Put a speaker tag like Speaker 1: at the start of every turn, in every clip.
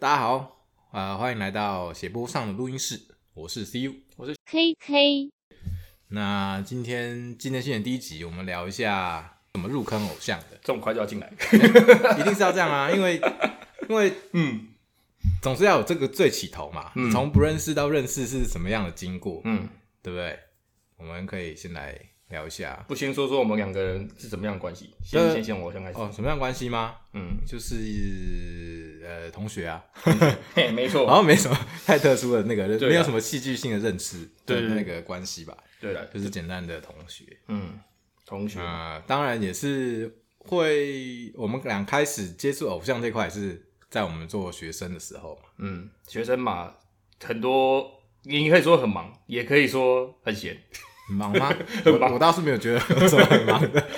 Speaker 1: 大家好，啊、欢迎来到斜坡上的录音室，我是 CU。
Speaker 2: 嘿嘿，
Speaker 1: 那今天今天新的第一集，我们聊一下怎么入坑偶像 的，
Speaker 3: 这么快就要进来？
Speaker 1: 一定是要这样啊，因为因为
Speaker 3: 嗯
Speaker 1: 总是要有这个最起头嘛，
Speaker 3: 嗯
Speaker 1: 你从不认识到认识是什么样的经过，
Speaker 3: 嗯，
Speaker 1: 对不对？我们可以先来聊一下
Speaker 3: 不先说说我们两个人是怎么样的关系？先
Speaker 1: 呃
Speaker 3: 先先我先开始。
Speaker 1: 哦，什么样的关系吗？
Speaker 3: 嗯，
Speaker 1: 就是呃同学啊，
Speaker 3: 嘿，没
Speaker 1: 好
Speaker 3: 错。
Speaker 1: 像没什么太特殊的那个，
Speaker 3: 哦对啊
Speaker 1: 没有什么戏剧性的认识的
Speaker 3: 对对对
Speaker 1: 那个关系吧，
Speaker 3: 对了，
Speaker 1: 就是简单的同学。
Speaker 3: 嗯，同学，
Speaker 1: 啊、当然也是会，我们俩开始接触偶像这块也是在我们做学生的时候嘛。
Speaker 3: 嗯，学生嘛，很多，你可以说很忙，也可以说很闲。
Speaker 1: 很忙 吗？
Speaker 3: 很忙
Speaker 1: 我我倒是没有觉得有什么很 忙的，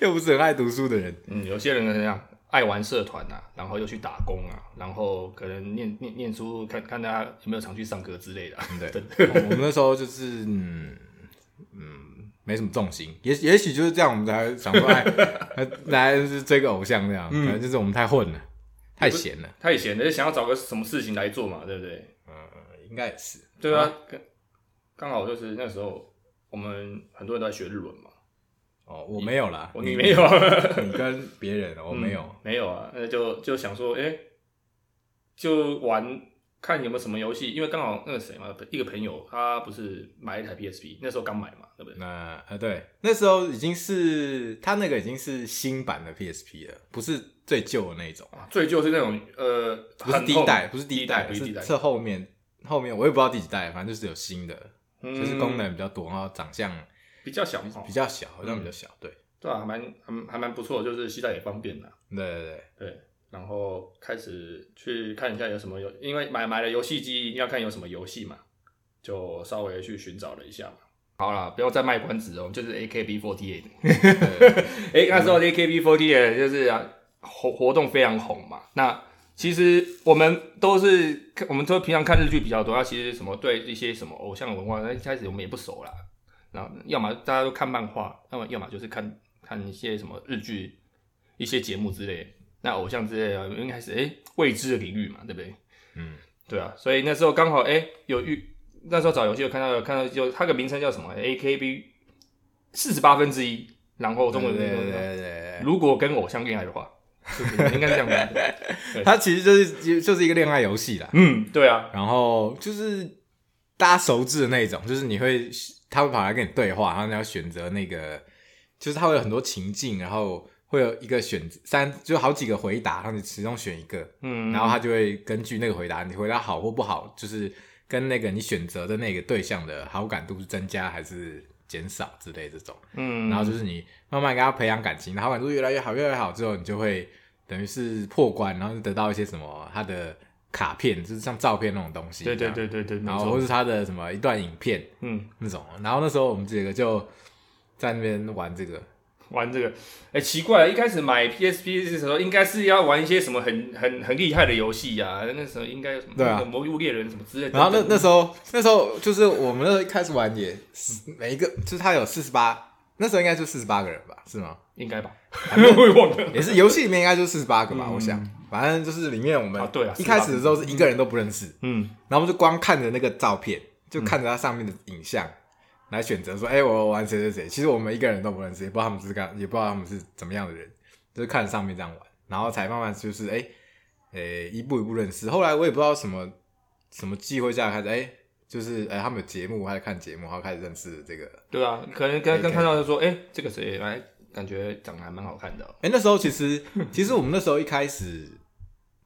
Speaker 1: 又不是很爱读书的人。
Speaker 3: 嗯，有些人怎样，爱玩社团啊，然后又去打工啊，然后可能念念念书，看看大家有没有常去上课之类的啊。
Speaker 1: 对，我们那时候就是嗯嗯，没什么重心，也也许就是这样，我们才想说， 哎，来就是追个偶像这
Speaker 3: 嗯
Speaker 1: 样，可能就是我们太混了，太闲了，
Speaker 3: 太闲了，就想要找个什么事情来做嘛，对不对？
Speaker 1: 应该也是。
Speaker 3: 对啊，刚刚好就是那时候，我们很多人都在学日文嘛。
Speaker 1: 哦，我没有啦，
Speaker 3: 我你没有，啊？
Speaker 1: 你跟别人，我哦没有
Speaker 3: 嗯，没有啊，那就就想说，哎、就玩看有没有什么游戏，因为刚好那个谁嘛，一个朋友他不是买了一台 PSP，那时候刚买嘛，对不对？
Speaker 1: 那呃，对，那时候已经是它那个已经是新版的 PSP 了，不是最旧的那一种，
Speaker 3: 啊最旧是那种呃，
Speaker 1: 不是
Speaker 3: 很
Speaker 1: 第一
Speaker 3: 厚
Speaker 1: 代，不是第
Speaker 3: 第
Speaker 1: 一
Speaker 3: 代，
Speaker 1: 代，
Speaker 3: 不是第一代
Speaker 1: 是，是后面后面我也不知道第几代，反正就是有新的，
Speaker 3: 就
Speaker 1: 就是功能比较多，然后长相
Speaker 3: 嗯比较小嘛，
Speaker 1: 比较小，好
Speaker 3: 嗯
Speaker 1: 像比较小，对，
Speaker 3: 对啊，还蛮还蛮还蛮不错，就是携带也方便啦。
Speaker 1: 对对对，
Speaker 3: 对，然后开始去看一下有什么游，因为买买了游戏机一定要看有什么游戏嘛，就稍微去寻找了一下嘛。好啦，不要再卖关子哦，就是 AKB48。哎、 那时候 AKB48 就是、啊、活活动非常红嘛。那其实我们都是我们都平常看日剧比较多，那其实什么对一些什么偶像文化，那一开始我们也不熟啦。然后要么大家都看漫画，要么要么就是看看一些什么日剧、一些节目之类的。那偶像之类的，应该是哎、诶未知的领域嘛，对不对？
Speaker 1: 嗯，
Speaker 3: 对啊，所以那时候刚好哎、诶有遇，那时候找游戏有看到有看到就它的名称叫什么 AKB 四十八分之一，然后中文
Speaker 1: 对对
Speaker 3: 名称
Speaker 1: 对
Speaker 3: 叫
Speaker 1: 对对
Speaker 3: 如果跟偶像恋爱 的话，是不是应该是这样吧？
Speaker 1: 对，它其实就是就就是一个恋爱游戏啦，
Speaker 3: 嗯，对啊，
Speaker 1: 然后就是大家熟知的那一种，就是你会他会跑来跟你对话，然后你要选择那个，就是他会有很多情境，然后会有一个选三，就好几个回答，然后你其中选一个，
Speaker 3: 嗯，
Speaker 1: 然后他就会根据那个回答，你回答好或不好，就是跟那个你选择的那个对象的好感度是增加还是减少之类这种，
Speaker 3: 嗯，
Speaker 1: 然后就是你慢慢跟他培养感情，然后感度越来越好，越来越好之后，你就会等于是破关，然后就得到一些什么他的卡片，就是像照片那种东西，
Speaker 3: 对对
Speaker 1: 这样，
Speaker 3: 对对对，没
Speaker 1: 然后或
Speaker 3: 错，
Speaker 1: 是他的什么一段影片
Speaker 3: 嗯，
Speaker 1: 那种。然后那时候我们几个就在那边玩这个，
Speaker 3: 玩这个，哎，奇怪，一开始买 PSP 的时候，应该是要玩一些什么很很很厉害的游戏呀？那时候应该有什么
Speaker 1: 对啊
Speaker 3: 那个魔物猎人什么之类的。
Speaker 1: 然后那那时候那时候就是我们那时候一开始玩也每一个就是他有四十八，那时候应该就四十八个人吧，是吗？
Speaker 3: 应该吧， 我也忘了。
Speaker 1: 也是游戏里面应该就四十八个吧，
Speaker 3: 嗯
Speaker 1: 我想，反正就是里面我们
Speaker 3: 啊对啊
Speaker 1: 一开始的时候是一个人都不认识，
Speaker 3: 嗯，
Speaker 1: 然后我们就光看着那个照片，就看着它上面的影像、来选择说，哎、我玩谁谁谁。其实我们一个人都不认识，也不知道他们是干，也不知道他们是怎么样的人，就是看着上面这样玩，然后才慢慢就是哎，呃、一步一步认识。后来我也不知道什么什么机会下开始，哎、就是哎、他们有节目，我开始看节目，然后开始认识这个。
Speaker 3: 对啊，可能刚
Speaker 1: OK
Speaker 3: 刚看到他说，哎，这个谁来，感觉长得还蛮好看的哦。
Speaker 1: 哎、那时候其实其实我们那时候一开始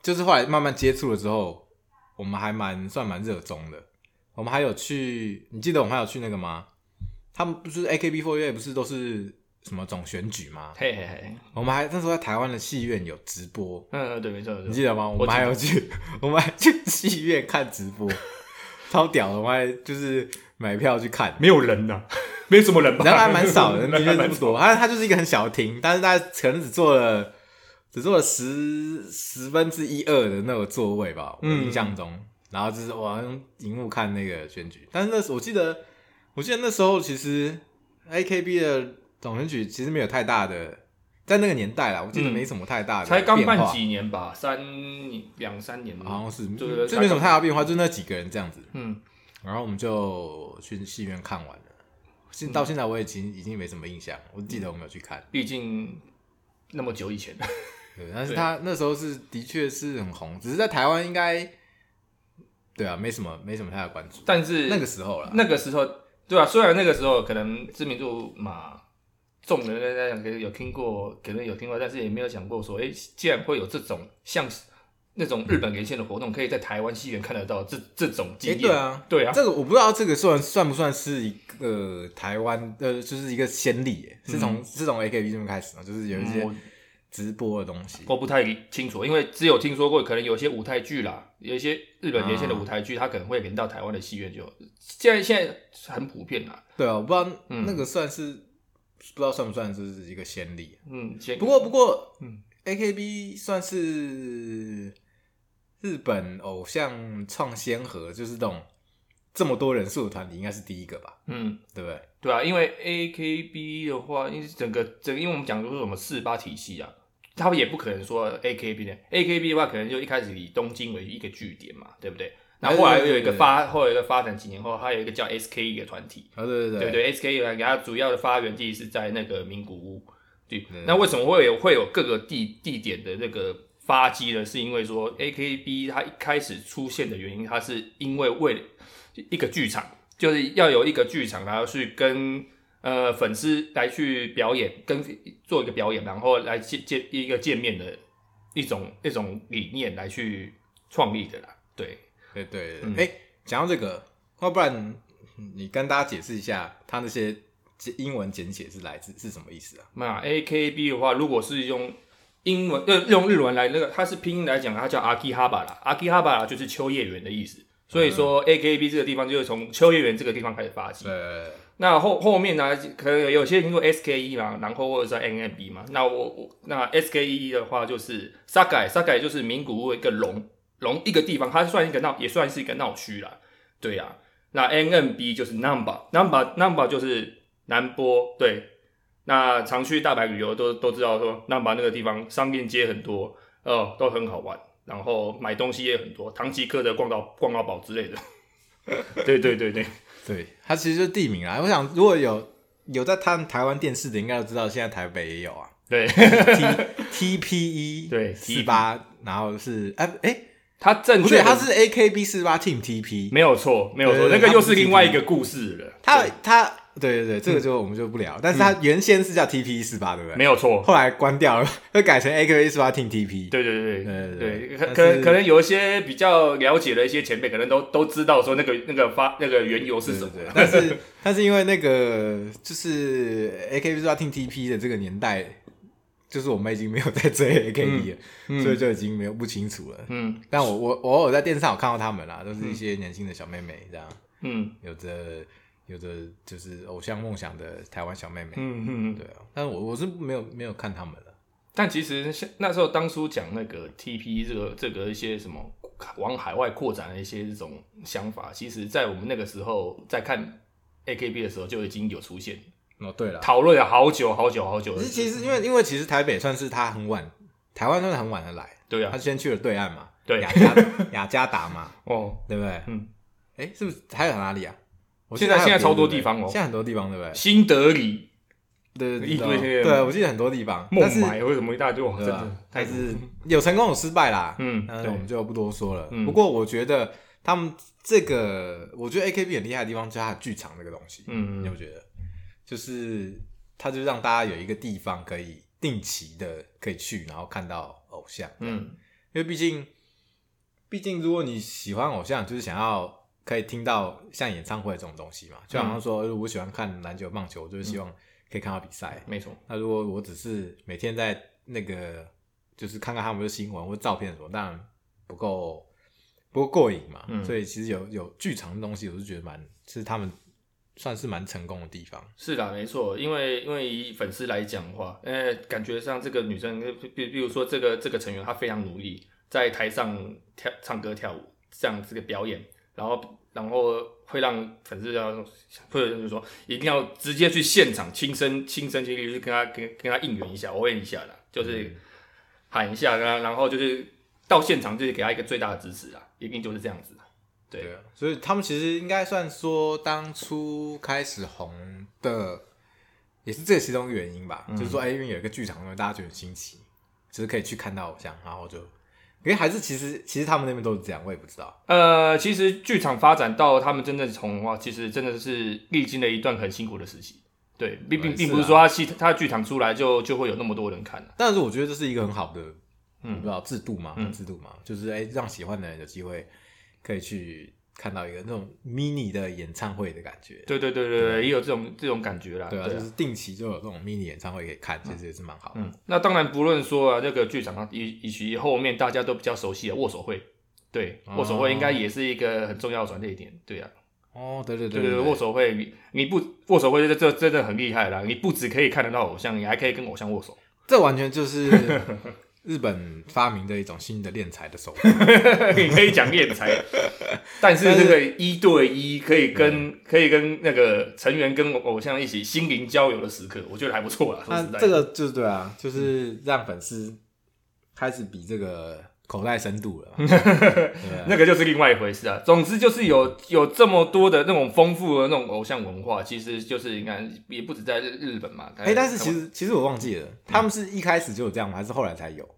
Speaker 1: 就是后来慢慢接触了之后，我们还蛮算蛮热衷的。我们还有去，你记得我们还有去那个吗？他们不是 AKB48 不是都是什么总选举吗？
Speaker 3: 嘿嘿嘿，
Speaker 1: 我们还那时候在台湾的戏院有直播，
Speaker 3: 嗯，对，没错，
Speaker 1: 你
Speaker 3: 没
Speaker 1: 记
Speaker 3: 错。
Speaker 1: 得吗？我们还有去，我们还去戏院看直播，超屌的！我们还就是买票去看，
Speaker 3: 没有人
Speaker 1: 啊
Speaker 3: 呐，没什么人吧
Speaker 1: 人啊还蛮 少 的，
Speaker 3: 人
Speaker 1: 的
Speaker 3: 还
Speaker 1: 确是
Speaker 3: 蛮
Speaker 1: 不多。它它就是一个很小的厅，但是大家可能只坐了只坐了十十分之一二的那个座位吧，我
Speaker 3: 嗯
Speaker 1: 印象中。然后就是我用荧幕看那个选举，但是那时候我记得，我记得那时候其实 AKB 的总选举其实没有太大的在那个年代啦，我记得
Speaker 3: 嗯
Speaker 1: 没什么太大的
Speaker 3: 才刚
Speaker 1: 变
Speaker 3: 办
Speaker 1: 化哦
Speaker 3: 几年吧，三年两三年，
Speaker 1: 好像是，
Speaker 3: 对对对，
Speaker 1: 这没什么太大变化，就那几个人这样子。
Speaker 3: 嗯，
Speaker 1: 然后我们就去戏院看完了，现
Speaker 3: 嗯
Speaker 1: 到现在我已经已经没什么印象，我记得我没有去看。
Speaker 3: 毕竟那么久以前，
Speaker 1: 对，但是
Speaker 3: 对
Speaker 1: 他那时候是的确是很红，只是在台湾应该，对啊，没什么没什么太大关注。
Speaker 3: 但是
Speaker 1: 那个时候啊啦，
Speaker 3: 那个时候，对啊，虽然那个时候可能知名度嘛，众人来讲可能有听过，可能有听过，但是也没有想过说，哎、既然会有这种像那种日本连线的活动，可以在台湾戏园看得到这这种经
Speaker 1: 诶
Speaker 3: 验、
Speaker 1: 对，啊，
Speaker 3: 对啊，
Speaker 1: 这个我不知道这个算算不算是一个台湾呃，就是一个先例耶，是从是从 AKB 这边开始嘛，就是有一
Speaker 3: 嗯
Speaker 1: 些
Speaker 3: 我
Speaker 1: 直播的东西。
Speaker 3: 我不太清楚，因为只有听说过，可能有些舞台剧啦，有一些日本连线的舞台剧，它可能会连到台湾的戏院就，现在现在很普遍啦。
Speaker 1: 对啊，我不知道
Speaker 3: 嗯
Speaker 1: 那个算是、不知道算不算是一个先例。
Speaker 3: 嗯，先
Speaker 1: 不过不过，
Speaker 3: 嗯
Speaker 1: ，AKB 算是日本偶像创先河，就是这种这么多人数的团体，应该是第一个吧，
Speaker 3: 嗯，
Speaker 1: 对不对？
Speaker 3: 对啊，因为 A K B 的话，因为整个整个，因为我们讲的是什么四八体系啊，他们也不可能说 A K B 呢，A K B 的话，可能就一开始以东京为一个据点嘛，对不哎对？那后来又有一个发，后来有一个发展几年后，还有一个叫 S K E 的团体，
Speaker 1: 啊，对对
Speaker 3: 对不对？S K E 给它主要的发源地是在那个名古屋，对
Speaker 1: 对。
Speaker 3: 那为什么会有会有各个地地点的这个发迹呢？是因为说 A K B 它一开始出现的原因，它是因为为了一个剧场，就是要有一个剧场，然后去跟呃粉丝来去表演，跟做一个表演，然后来见见一个见面的一种一种理念来去创立的啦。对，
Speaker 1: 对对对
Speaker 3: 嗯
Speaker 1: 对。哎、讲、到这个，要不然你跟大家解释一下，他那些简英文简写是来自是什么意思啊？
Speaker 3: 那 A K B 的话，如果是用英文呃用日文来那个，它是拼音来讲，它叫阿基哈巴啦，阿基哈巴啦就是秋叶原的意思。所以说 A K B 这个地方就是从秋叶原这个地方开始发迹。
Speaker 1: 呃，
Speaker 3: 那后后面呢、可能有些人听过 S K E 嘛，然后或者是 N M B 嘛。那我我那 S K E 的话就是 Sakai Sakai 就是名古屋一个龙龙一个地方，它算一个闹也算是一个闹区啦。对呀、啊，那 N M B 就是 Number Number Number 就是南波对。那常去大阪旅游都都知道说 Number 那个地方商店街很多，呃，都很好玩，然后买东西也很多，唐吉诃德逛到逛到宝之类的。 对对对对，
Speaker 1: 对，它其实就是地名啦。我想如果有有在看台湾电视的，应该都知道，现在台北也有啊。
Speaker 3: 对。
Speaker 1: T P E
Speaker 3: 对
Speaker 1: 四八，然后是哎哎、
Speaker 3: 他正
Speaker 1: 不
Speaker 3: 确
Speaker 1: 对，
Speaker 3: 的
Speaker 1: 他是 A K B 四八 Team T P，
Speaker 3: 没有错，没有
Speaker 1: 对
Speaker 3: 错，那
Speaker 1: 他
Speaker 3: 个
Speaker 1: 不
Speaker 3: 又
Speaker 1: 是
Speaker 3: 是
Speaker 1: TP
Speaker 3: 另外一个故事了。
Speaker 1: 他
Speaker 3: 对嗯
Speaker 1: 他对对对，这个就我们就不聊，但是他原先是叫 T P 四八，对不对？
Speaker 3: 没有错，
Speaker 1: 后来关掉了， 又改成 A K B 四八 Team T P。
Speaker 3: 对对
Speaker 1: 对
Speaker 3: 对对
Speaker 1: 对对
Speaker 3: 可
Speaker 1: 但
Speaker 3: 可能
Speaker 1: 是
Speaker 3: 可能有一些比较了解的一些前辈，可能都都知道说那个那个发那个缘由是
Speaker 1: 对
Speaker 3: 什
Speaker 1: 对
Speaker 3: 么
Speaker 1: 对
Speaker 3: 了。，
Speaker 1: 但是但是因为那个就是 A K B 四八 Team T P 的这个年代，就是我们已经没有在追 A K B 了，
Speaker 3: 嗯
Speaker 1: 所以就已经没有不清楚了。
Speaker 3: 嗯
Speaker 1: 但我我我偶尔在电视上有看到他们啦，都是一些年轻的小妹妹这样。
Speaker 3: 嗯
Speaker 1: 有着有着就是偶像梦想的台湾小妹妹，
Speaker 3: 嗯嗯嗯。
Speaker 1: 对啊，但我我是没有没有看他们的，
Speaker 3: 但其实像那时候当初讲那个 TP 这个这个一些什么往海外扩展的一些这种想法，其实在我们那个时候在看 AKB 的时候就已经有出现，
Speaker 1: 哦，对了，
Speaker 3: 讨论了好久好久好久
Speaker 1: 可
Speaker 3: 了。
Speaker 1: 是其实因为因为其实台北算是他很晚，台湾算是很晚的来，
Speaker 3: 对
Speaker 1: 他
Speaker 3: 啊，
Speaker 1: 先去了对岸嘛，
Speaker 3: 对
Speaker 1: 雅加雅加达嘛，
Speaker 3: 哦，
Speaker 1: 对不对？
Speaker 3: 嗯，
Speaker 1: 哎，是不是还有哪里啊？我
Speaker 3: 现在
Speaker 1: 记得还有
Speaker 3: 现在超多
Speaker 1: 别的
Speaker 3: 地方哦
Speaker 1: 对不对现在很多地方对不对？
Speaker 3: 新德里
Speaker 1: 对
Speaker 3: 一堆
Speaker 1: 对，对我记得很多地方，
Speaker 3: 孟
Speaker 1: 但是
Speaker 3: 买为什么一大堆？哇真
Speaker 1: 对吧
Speaker 3: 的？太
Speaker 1: 但是有成功有失败啦，
Speaker 3: 嗯，
Speaker 1: 那我们
Speaker 3: 对，
Speaker 1: 就不多说了。
Speaker 3: 嗯
Speaker 1: 不过我觉得他们这个，我觉得 A K B 很厉害的地方就是它的剧场这个东西，你有没
Speaker 3: 嗯
Speaker 1: 有觉得？就是它就让大家有一个地方可以定期的可以去，然后看到偶像。
Speaker 3: 嗯
Speaker 1: 因为毕竟，毕竟如果你喜欢偶像，就是想要可以听到像演唱会这种东西嘛，就好
Speaker 3: 嗯
Speaker 1: 像说，哎如果我喜欢看篮球、棒球，我就是希望可以看到比赛。
Speaker 3: 没错，
Speaker 1: 那如果我只是每天在那个就是看看他们的新闻或照片什么，当然不够不够过瘾嘛。
Speaker 3: 嗯
Speaker 1: 所以其实有有剧场的东西，我是觉得蛮是他们算是蛮成功的地方。
Speaker 3: 是啦，没错，因为因为以粉丝来讲的话，呃，感觉上这个女生，比比比如说这个这个成员，她非常努力，在台上跳唱歌跳舞这样子的表演，然后然后会让粉丝要会有人就说一定要直接去现场亲身亲身经历去跟他跟跟他应援一下，我问一下啦，就是喊一下，然后然后就是到现场就是给他一个最大的支持啊，一定就是这样子。对
Speaker 1: 对啊，所以他们其实应该算说当初开始红的，也是这其中一个原因
Speaker 3: 嗯
Speaker 1: 吧。就是说，哎、因为有一个剧场那边大家觉得很新奇，就是可以去看到偶像，然后就，因为还是其实其实他们那边都是这样，我也不知道。
Speaker 3: 呃，其实剧场发展到他们真正红的话，其实真的是历经了一段很辛苦的时期。对，并并
Speaker 1: 嗯
Speaker 3: 并
Speaker 1: 是
Speaker 3: 不是
Speaker 1: 啊
Speaker 3: 说他戏他的剧场出来就就会有那么多人看、啊、
Speaker 1: 但是我觉得这是一个很好的，嗯，
Speaker 3: 嗯
Speaker 1: 不知道制度嘛，
Speaker 3: 嗯
Speaker 1: 制度嘛，就是哎、让喜欢的人有机会可以去看到一个那种 mini 的演唱会的感觉。
Speaker 3: 对对对对对，也有这种这种感觉啦。
Speaker 1: 对啊，
Speaker 3: 对
Speaker 1: 就
Speaker 3: 啊
Speaker 1: 是定期就有这种 mini 演唱会可以看，其实也是蛮好的。
Speaker 3: 嗯，那当然不论说啊，这个剧场啊以以及后面大家都比较熟悉的握手会，对，
Speaker 1: 哦
Speaker 3: 握手会应该也是一个很重要的转捩点。对啊，
Speaker 1: 哦，对对
Speaker 3: 对
Speaker 1: 对
Speaker 3: 对对，握手会你你不握手会这这真的很厉害啦，你不只可以看得到偶像，你还可以跟偶像握手。
Speaker 1: 这完全就是日本发明的一种新的敛财的手法。
Speaker 3: 你可以讲敛财，但是这个一对一可以跟可以跟那个成员跟偶像一起心灵交流的时刻，我觉得还不错啊啦。说
Speaker 1: 那
Speaker 3: 实在的，
Speaker 1: 啊这个就是对啊，
Speaker 3: 嗯
Speaker 1: 就是让粉丝开始比这个口袋深度了嘛。
Speaker 3: 嗯
Speaker 1: 对啊
Speaker 3: 那个就是另外一回事啊。总之就是有有这么多的那种丰富的那种偶像文化，其实就是你看也不止在日日本嘛。
Speaker 1: 哎、但是其
Speaker 3: 台湾
Speaker 1: 实其实我忘记了，他们是一开始就有这样吗？还是后来才有？
Speaker 3: 嗯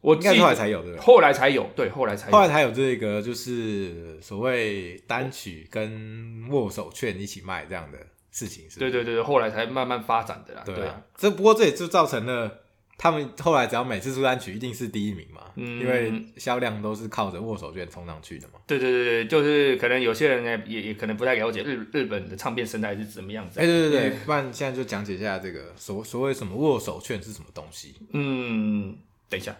Speaker 3: 我
Speaker 1: 应
Speaker 3: 记
Speaker 1: 该是后来
Speaker 3: 得
Speaker 1: 才有，对不对？
Speaker 3: 后来才有，对，后来才有，
Speaker 1: 后来才有这个，就是所谓单曲跟握手券一起卖这样的事情，是不
Speaker 3: 对
Speaker 1: 是
Speaker 3: 对对对，后来才慢慢发展的啦。对
Speaker 1: 对
Speaker 3: 啊
Speaker 1: 啊，。这不过这也就造成了他们后来只要每次出单曲一定是第一名嘛，
Speaker 3: 嗯
Speaker 1: 因为销量都是靠着握手券冲上去的嘛。
Speaker 3: 对对对对，就是可能有些人呢，也也可能不太了解日日本的唱片生态是怎么样子
Speaker 1: 哎、
Speaker 3: 啊。
Speaker 1: 对对对，不然现在就讲解一下这个所所谓什么握手券是什么东西。
Speaker 3: 嗯，等一下，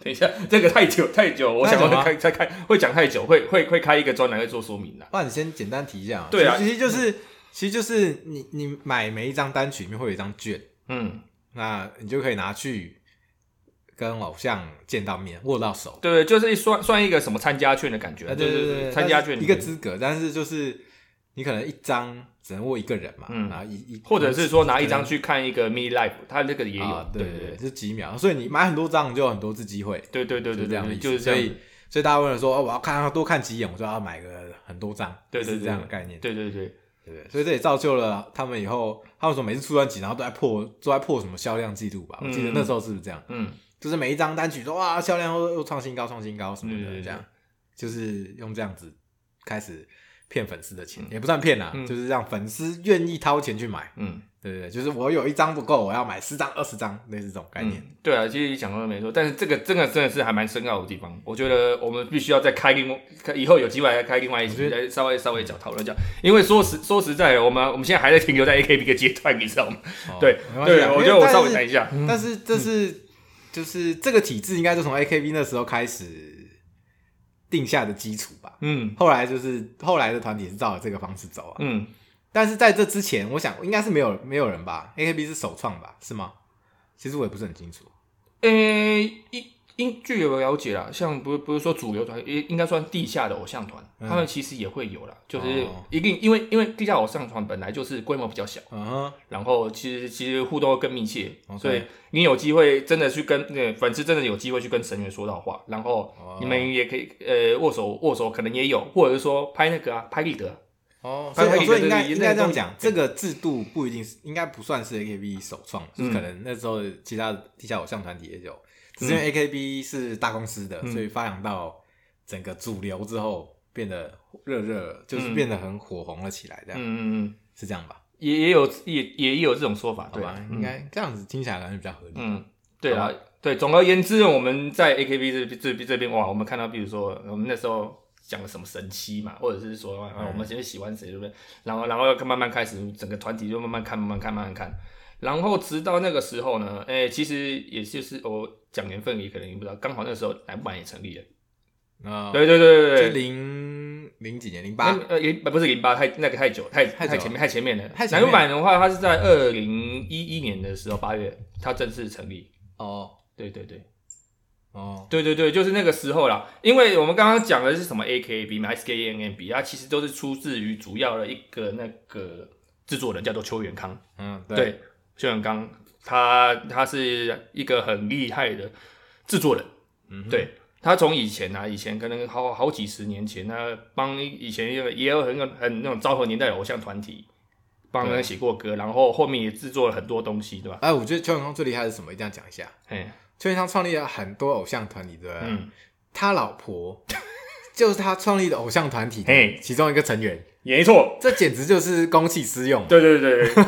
Speaker 3: 等一下，这个太久太久，我想要
Speaker 1: 太久吗
Speaker 3: 开再开会讲太久，会会会开一个专栏会做说明啦。
Speaker 1: 不然你先简单提一下嘛，
Speaker 3: 对啊
Speaker 1: 其实其实就是、其实就是你你买每一张单曲里面会有一张券，
Speaker 3: 嗯，
Speaker 1: 那你就可以拿去跟偶像见到面，握到手。
Speaker 3: 对，就是一算算一个什么参加券的感觉，
Speaker 1: 啊，
Speaker 3: 就
Speaker 1: 对
Speaker 3: 是
Speaker 1: 对对，
Speaker 3: 参加券
Speaker 1: 一个资格，但是就是你可能一张只能握一个人嘛，
Speaker 3: 嗯
Speaker 1: 然后一一
Speaker 3: 或者是说拿一张去看一个 mini live，它那个也有
Speaker 1: 啊，，对
Speaker 3: 对
Speaker 1: 对对，是几秒，所以你买很多张你就有很多次机会，
Speaker 3: 对对对对
Speaker 1: 就这样的
Speaker 3: 对，
Speaker 1: 意思
Speaker 3: 就是这
Speaker 1: 所
Speaker 3: 样
Speaker 1: 以。所以大家为了说哦，我要看多看几眼，我就要买个很多张，
Speaker 3: 对对对
Speaker 1: 是这样的概念，
Speaker 3: 对对对，
Speaker 1: 对不对？所以这也造就了他们以后，他们说每次出专辑，然后都在破，都在破什么销量记录吧？我记得
Speaker 3: 嗯
Speaker 1: 那时候是不是这样？
Speaker 3: 嗯，
Speaker 1: 就是每一张单曲说哇销量又又创新高、创新高什么
Speaker 3: 嗯对对
Speaker 1: 的，
Speaker 3: 对
Speaker 1: 这样就是用这样子开始骗粉丝的钱，也不算骗啦，
Speaker 3: 嗯
Speaker 1: 就是让粉丝愿意掏钱去买，
Speaker 3: 嗯，
Speaker 1: 对对对，就是我有一张不够，我要买十张、二十张，类似这种概念。
Speaker 3: 嗯对啊，其实你讲到的没错，但是这个真的真的是还蛮深奥的地方，我觉得我们必须要再开另外，开以后有机会来开另外一
Speaker 1: 我
Speaker 3: 集，
Speaker 1: 觉得
Speaker 3: 来稍微稍微讲讨论一下，因为说实说实在的，我们我们现在还在停留在 AKB 的阶段， 你知道吗？
Speaker 1: 哦
Speaker 3: 嗯对
Speaker 1: 没关系
Speaker 3: 对，
Speaker 1: 啊
Speaker 3: 我
Speaker 1: 因
Speaker 3: 觉
Speaker 1: 为
Speaker 3: 得我
Speaker 1: 但
Speaker 3: 稍微
Speaker 1: 是嗯
Speaker 3: 谈一下，嗯
Speaker 1: 但是这是就是这个体制应该就从 AKB 那时候开始定下的基础吧。
Speaker 3: 嗯
Speaker 1: 后来就是后来的团体是照着这个方式走啊，
Speaker 3: 嗯，
Speaker 1: 但是在这之前，我想应该是没有没有人吧，AKB 是首创吧，是吗？其实我也不是很清楚。
Speaker 3: 诶，应应据有了解啦，像不是不是说主流团，应应该算地下的偶像团，
Speaker 1: 嗯
Speaker 3: 他们其实也会有啦，就是
Speaker 1: 哦
Speaker 3: 一定因为因为地下偶像团本来就是规模比较小，
Speaker 1: 嗯哼，
Speaker 3: 然后其实其实互动会更密切，
Speaker 1: OK
Speaker 3: 所以你有机会真的去跟那粉丝真的有机会去跟成员说到话，然后
Speaker 1: 哦
Speaker 3: 你们也可以呃握手握手，可能也有，或者是说拍那个啊拍立得啊，
Speaker 1: 哦所
Speaker 3: 反
Speaker 1: 以
Speaker 3: 正
Speaker 1: 哦所以应
Speaker 3: 一
Speaker 1: 该
Speaker 3: 个
Speaker 1: 应该这
Speaker 3: 东
Speaker 1: 样
Speaker 3: 西
Speaker 1: 讲，这个制度不一定是，应该不算是 AKB 首创，就是可能那时候其他地下偶像团体也有，只是因为 AKB 是大公司的，所以发扬到整个主流之后，变得热热，就是变得很火红了起来，这样、
Speaker 3: 嗯嗯嗯，
Speaker 1: 是这样吧？
Speaker 3: 也也有也也有这种说法，
Speaker 1: 好
Speaker 3: 对
Speaker 1: 吧
Speaker 3: 啊，，
Speaker 1: 应该这样子听起来感觉比较合理。
Speaker 3: 嗯，对
Speaker 1: 好
Speaker 3: 啊，对，总而言之，我们在 AKB 这边这边这边哇，我们看到，比如说我们那时候讲了什么神七嘛，或者是说、啊
Speaker 1: 嗯
Speaker 3: 我们其实喜欢谁，对不对？然后然后慢慢开始，整个团体就慢慢看，慢慢看，慢慢看。然后直到那个时候呢，哎、其实也就是我讲年份，也可能也不知道，刚好那时候乃木坂也成立了。
Speaker 1: 啊、
Speaker 3: 对对对对
Speaker 1: 就
Speaker 3: 对对，
Speaker 1: 零零几年，零
Speaker 3: 那
Speaker 1: 八
Speaker 3: 呃也不是零八，太那个太久，太
Speaker 1: 太久
Speaker 3: 太前面太前面了。
Speaker 1: 太前
Speaker 3: 乃
Speaker 1: 面
Speaker 3: 木坂的话，它是在二零一一年的时候八月，它正式成立。
Speaker 1: 哦，
Speaker 3: 对对对，
Speaker 1: 哦，
Speaker 3: 对对对，就是那个时候啦。因为我们刚刚讲的是什么 AKB 嘛，SKNMB，它啊其实都是出自于主要的一个那个制作人叫做邱元康。
Speaker 1: 嗯，
Speaker 3: 对，，邱元康他他是一个很厉害的制作人。
Speaker 1: 嗯哼，
Speaker 3: 对他从以前啊，以前可能好好几十年前，他帮以前也有也有很很那种昭和年代的偶像团体帮
Speaker 1: 对
Speaker 3: 人写过歌，然后后面也制作了很多东西，对吧？
Speaker 1: 哎，我觉得邱永康最厉害是什么？一定要讲一下，
Speaker 3: 哎，
Speaker 1: 邱永康创立了很多偶像团体，对不对？
Speaker 3: 嗯，
Speaker 1: 他老婆 就是他创立的偶像团体
Speaker 3: 嘿
Speaker 1: 的其中一个成员，
Speaker 3: 没错，
Speaker 1: 这简直就是公器私用。
Speaker 3: 对 对对对，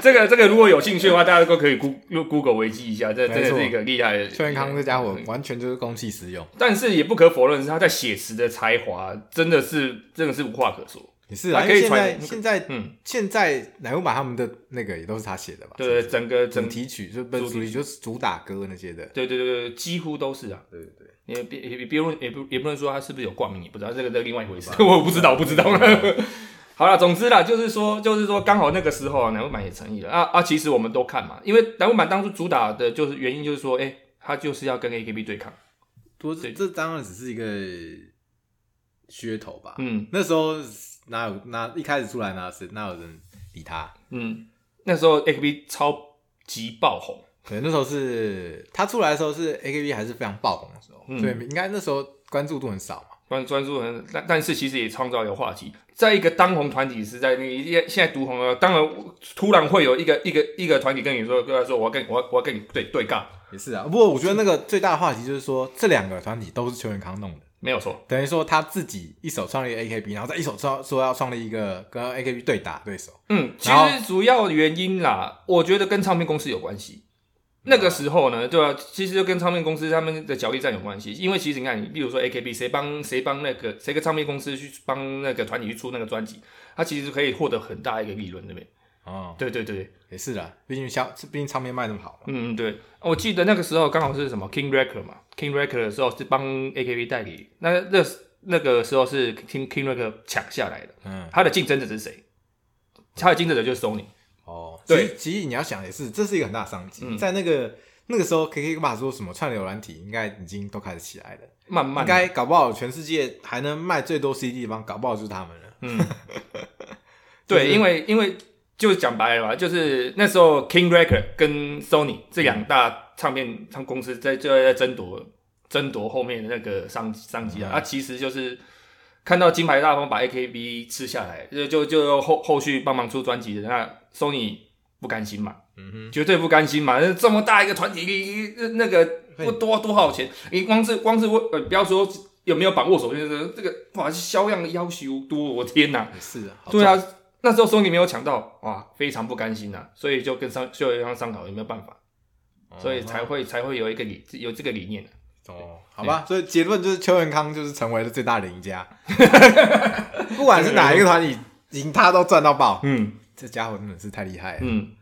Speaker 3: 这个这个如果有兴趣的话，大家都可以 Google Google 维基一下，这真的
Speaker 1: 没
Speaker 3: 是
Speaker 1: 错
Speaker 3: 一个厉害的。
Speaker 1: 邱元康这家伙完全就是公器私用，
Speaker 3: 但是也不可否认，是他在写词的才华真的是真的是无话可说。
Speaker 1: 也是
Speaker 3: 他
Speaker 1: 啊。因
Speaker 3: 可
Speaker 1: 为
Speaker 3: 以
Speaker 1: 现在
Speaker 3: 传
Speaker 1: 现在
Speaker 3: 嗯，
Speaker 1: 现在乃木坂他们的那个也都是他写的吧？
Speaker 3: 对，
Speaker 1: 是不是
Speaker 3: 整个整
Speaker 1: 整体曲就不
Speaker 3: 主
Speaker 1: 是
Speaker 3: 题
Speaker 1: 主题就是主打歌那些的。
Speaker 3: 对对对对，几乎都是啊。
Speaker 1: 对对对，
Speaker 3: 也别也别论也不也不能说他是不是有挂名，也不知道这个这个另外一回 事，啊我不知道不知道。好了，总之啦，就是说就是说，刚好那个时候啊，南木板也成立了啊啊，其实我们都看嘛，因为南木板当初主打的就是原因就是说，哎、他就是要跟 AKB 对抗，
Speaker 1: 多
Speaker 3: 对
Speaker 1: 这当然只是一个噱头吧。
Speaker 3: 嗯
Speaker 1: 那时候哪有哪一开始出来哪是哪有人理他？
Speaker 3: 嗯，那时候 AKB 超级爆红，
Speaker 1: 对，那时候是他出来的时候是 AKB 还是非常爆红的时候，
Speaker 3: 嗯
Speaker 1: 所以应该那时候关注度很少嘛。
Speaker 3: 专专注很，但但是其实也创造了话题。在一个当红团体时代，你现现在独红了，当然突然会有一个一个一个团体跟你说，跟他说我要跟我要我要跟你对对尬，
Speaker 1: 也是啊，不过我觉得那个最大的话题就是说，这两个团体都是邱元康弄的，
Speaker 3: 没有错，
Speaker 1: 等于说他自己一手创立 AKB，然后再一手创说要创立一个跟 AKB 对打对手。
Speaker 3: 嗯，其
Speaker 1: 然后
Speaker 3: 实主要原因啦，我觉得跟唱片公司有关系。那
Speaker 1: 嗯
Speaker 3: 个时候呢，对吧、其实就跟唱片公司他们的角力战有关系，因为其实你看，你比如说 AKB，谁帮谁帮那个谁跟唱片公司去帮那个团体去出那个专辑，他其实可以获得很大一个利润，对不对？
Speaker 1: 哦，
Speaker 3: 对对对，
Speaker 1: 也是啦，毕竟销，毕竟唱片卖那么好嘛。
Speaker 3: 嗯对，我记得那个时候刚好是什么 King Record 嘛，King Record 的时候是帮 AKB 代理，那那那个时候是 King King Record 抢下来的，
Speaker 1: 嗯，
Speaker 3: 他的竞争者是谁？他的竞争者就是 Sony，
Speaker 1: 哦，
Speaker 3: 对
Speaker 1: 其实，其实你要想也是，这是一个很大的商机，
Speaker 3: 嗯
Speaker 1: 在那个那个时候，KK 爸说什么串流软体应该已经都开始起来了，
Speaker 3: 慢慢
Speaker 1: 应
Speaker 3: 地
Speaker 1: 该搞不好全世界还能卖最多 CD 的地方，搞不好就是他们了。
Speaker 3: 嗯， 对，因为因为就讲白了嘛，就是那时候 King Record 跟 Sony 这两大唱片唱公司在就在争夺争夺后面的那个商商机啊，
Speaker 1: 嗯
Speaker 3: 啊，其实就是看到金牌大风把 AKB 吃下来，就就就后后续帮忙出专辑的那 Sony 不甘心嘛，
Speaker 1: 嗯哼，
Speaker 3: 绝对不甘心嘛，那这么大一个团体，你你那个不多多少钱，你光是光是握呃，不要说有没有把握手，就是这个哇，销量要求多，我天哪！
Speaker 1: 也是啊，好
Speaker 3: 对啊，那时候 Sony 没有抢到，哇，非常不甘心呐、所以就跟商就有一方商讨有没有办法，
Speaker 1: 赚，
Speaker 3: 所以才会才会有一个理有这个理念、
Speaker 1: 哦，好吧，
Speaker 3: 嗯
Speaker 1: 所以结论就是邱元康就是成为了最大的赢 家，不管是哪一个团体赢他都赚到爆，
Speaker 3: 嗯
Speaker 1: 这家伙真的是太厉害了。
Speaker 3: 嗯，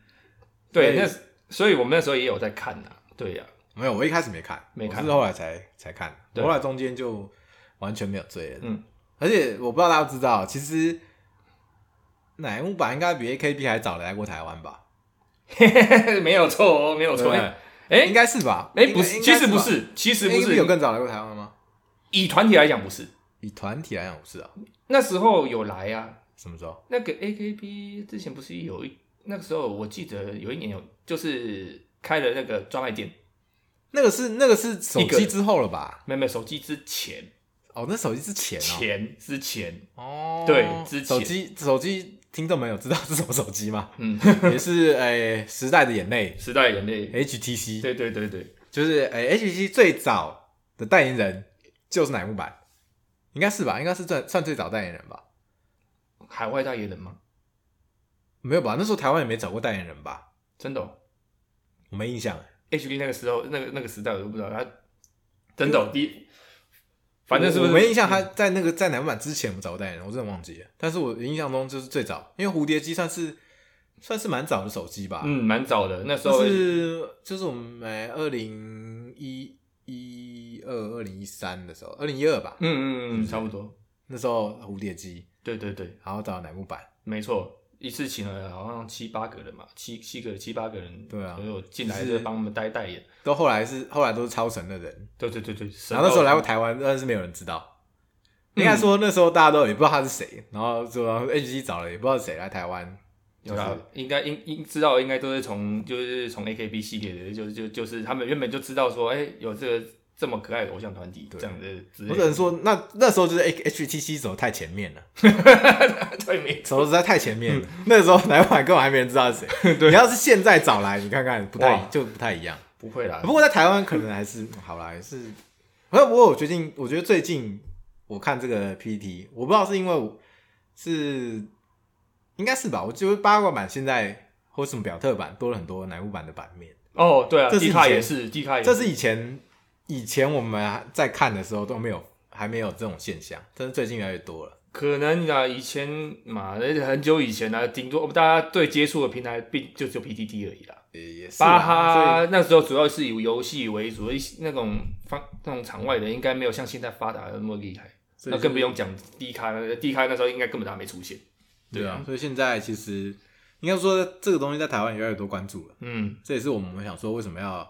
Speaker 3: 对，
Speaker 1: 所以
Speaker 3: 那所以我们那时候也有在看呐、对呀、
Speaker 1: 没有，我一开始没看，
Speaker 3: 没看
Speaker 1: 我是后来才才看，我
Speaker 3: 对
Speaker 1: 后来中间就完全没有追了。
Speaker 3: 嗯，
Speaker 1: 而且我不知道大家知不知道，其实乃木坂应该比 AKB 还早来过台湾吧？
Speaker 3: 没有错哦，没有
Speaker 1: 对
Speaker 3: 错
Speaker 1: 不，对，
Speaker 3: 哎
Speaker 1: 应该是吧？
Speaker 3: 哎，
Speaker 1: 应该
Speaker 3: 不是，哎
Speaker 1: 应
Speaker 3: 其
Speaker 1: 该
Speaker 3: 实不
Speaker 1: 吧
Speaker 3: 是，其实不
Speaker 1: AKB 有
Speaker 3: 是，
Speaker 1: 更早来过台湾吗？
Speaker 3: 以团体来讲不是，
Speaker 1: 以团体来讲不是啊，
Speaker 3: 那时候有来啊，
Speaker 1: 什么时候？
Speaker 3: 那个 AKB 之前不是有一那个时候我记得有一年有就是开了那个专卖店，
Speaker 1: 那个是那个是手
Speaker 3: 一个
Speaker 1: 机之后了吧？
Speaker 3: 没有没有手机之前
Speaker 1: 哦，那手机之前哦。
Speaker 3: 前啊之前，
Speaker 1: 哦，
Speaker 3: 对之前
Speaker 1: 手机手机听众朋友知道是什么手机吗？
Speaker 3: 嗯。哎
Speaker 1: 也是诶、哎时代的眼泪
Speaker 3: 时代眼泪。
Speaker 1: HTC，
Speaker 3: 对对对对，
Speaker 1: 就是诶、哎 HTC 最早的代言人就是乃木坂，应该是吧？应该是算算最早代言人吧？
Speaker 3: 海外代言人吗？
Speaker 1: 没有吧？那时候台湾也没找过代言人吧？
Speaker 3: 真的、哦、
Speaker 1: 我没印象。
Speaker 3: ，H D 那个时候那个那个时代我都不知道他，真的、哦、第，反正是不
Speaker 1: 我
Speaker 3: 是嗯
Speaker 1: 我没印象？他在那个在乃木坂之前有没有找过代言人，我真的忘记了。但是我印象中就是最早，因为蝴蝶机算是算是蛮早的手机吧？，
Speaker 3: 嗯，蛮早的，那时候嗯
Speaker 1: 就是就是我们哎二零一一二二零一三的时候，二零一二吧，
Speaker 3: 嗯嗯嗯，差不多，
Speaker 1: 那时候蝴蝶机，
Speaker 3: 对对对，
Speaker 1: 然后找乃木坂，
Speaker 3: 没错。一次请了好像七八个人嘛，七七个七八个人，
Speaker 1: 对啊
Speaker 3: 所有进来
Speaker 1: 就是
Speaker 3: 就帮我们代代言，
Speaker 1: 都后来是后来都是超神的人，
Speaker 3: 对对对对，
Speaker 1: 然后那时候来过
Speaker 3: 神哦
Speaker 1: 台湾，但是没有人知道。
Speaker 3: 嗯
Speaker 1: 应该说那时候大家都也不知道他是谁，然后说 H G 找了也不知道谁来台湾，
Speaker 3: 有啦，啊应该应应知道，应该都是从就是从 AKB 系列的，就就就是他们原本就知道说，哎、有这个这么可爱的偶像团体这样的之
Speaker 1: 我
Speaker 3: 类
Speaker 1: 只
Speaker 3: 的，
Speaker 1: 能说那那时候就是 H T C 走得太前面了。
Speaker 3: 对没
Speaker 1: 走的实在太前面了。
Speaker 3: 嗯
Speaker 1: 那时候来晚根本还没人知道是 谁。你要是现在找来，你看看不太
Speaker 3: 哇
Speaker 1: 就不太一样。
Speaker 3: 不会啦
Speaker 1: 不，过在台湾可能还是好啦，还是。不过不过我最近我觉得最近我看这个 PPT，我不知道是因为我是应该是吧，我觉得八卦版现在或什么表特版多了很多南部版的版面，
Speaker 3: 哦对啊，
Speaker 1: 这是以
Speaker 3: 迪卡
Speaker 1: 前
Speaker 3: 也是，迪卡也
Speaker 1: 这是以前以前我们在看的时候都没有还没有这种现象，但是最近越来越多了。
Speaker 3: 可能啊，以前嘛，很久以前啊，顶多大家对接触的平台并就只有 PTT 而已啦。
Speaker 1: 也也是啊
Speaker 3: 巴
Speaker 1: 啦
Speaker 3: 哈啊那时候主要是以游戏为主，一些那种方那种场外的应该没有像现在发达的那么厉害。
Speaker 1: 所以
Speaker 3: 那更不用讲 D 卡，D 卡那时候应该根本还没出现。
Speaker 1: 对啊，所以现在其实应该说这个东西在台湾越来越多关注了，
Speaker 3: 嗯，
Speaker 1: 这也是我们想说为什么要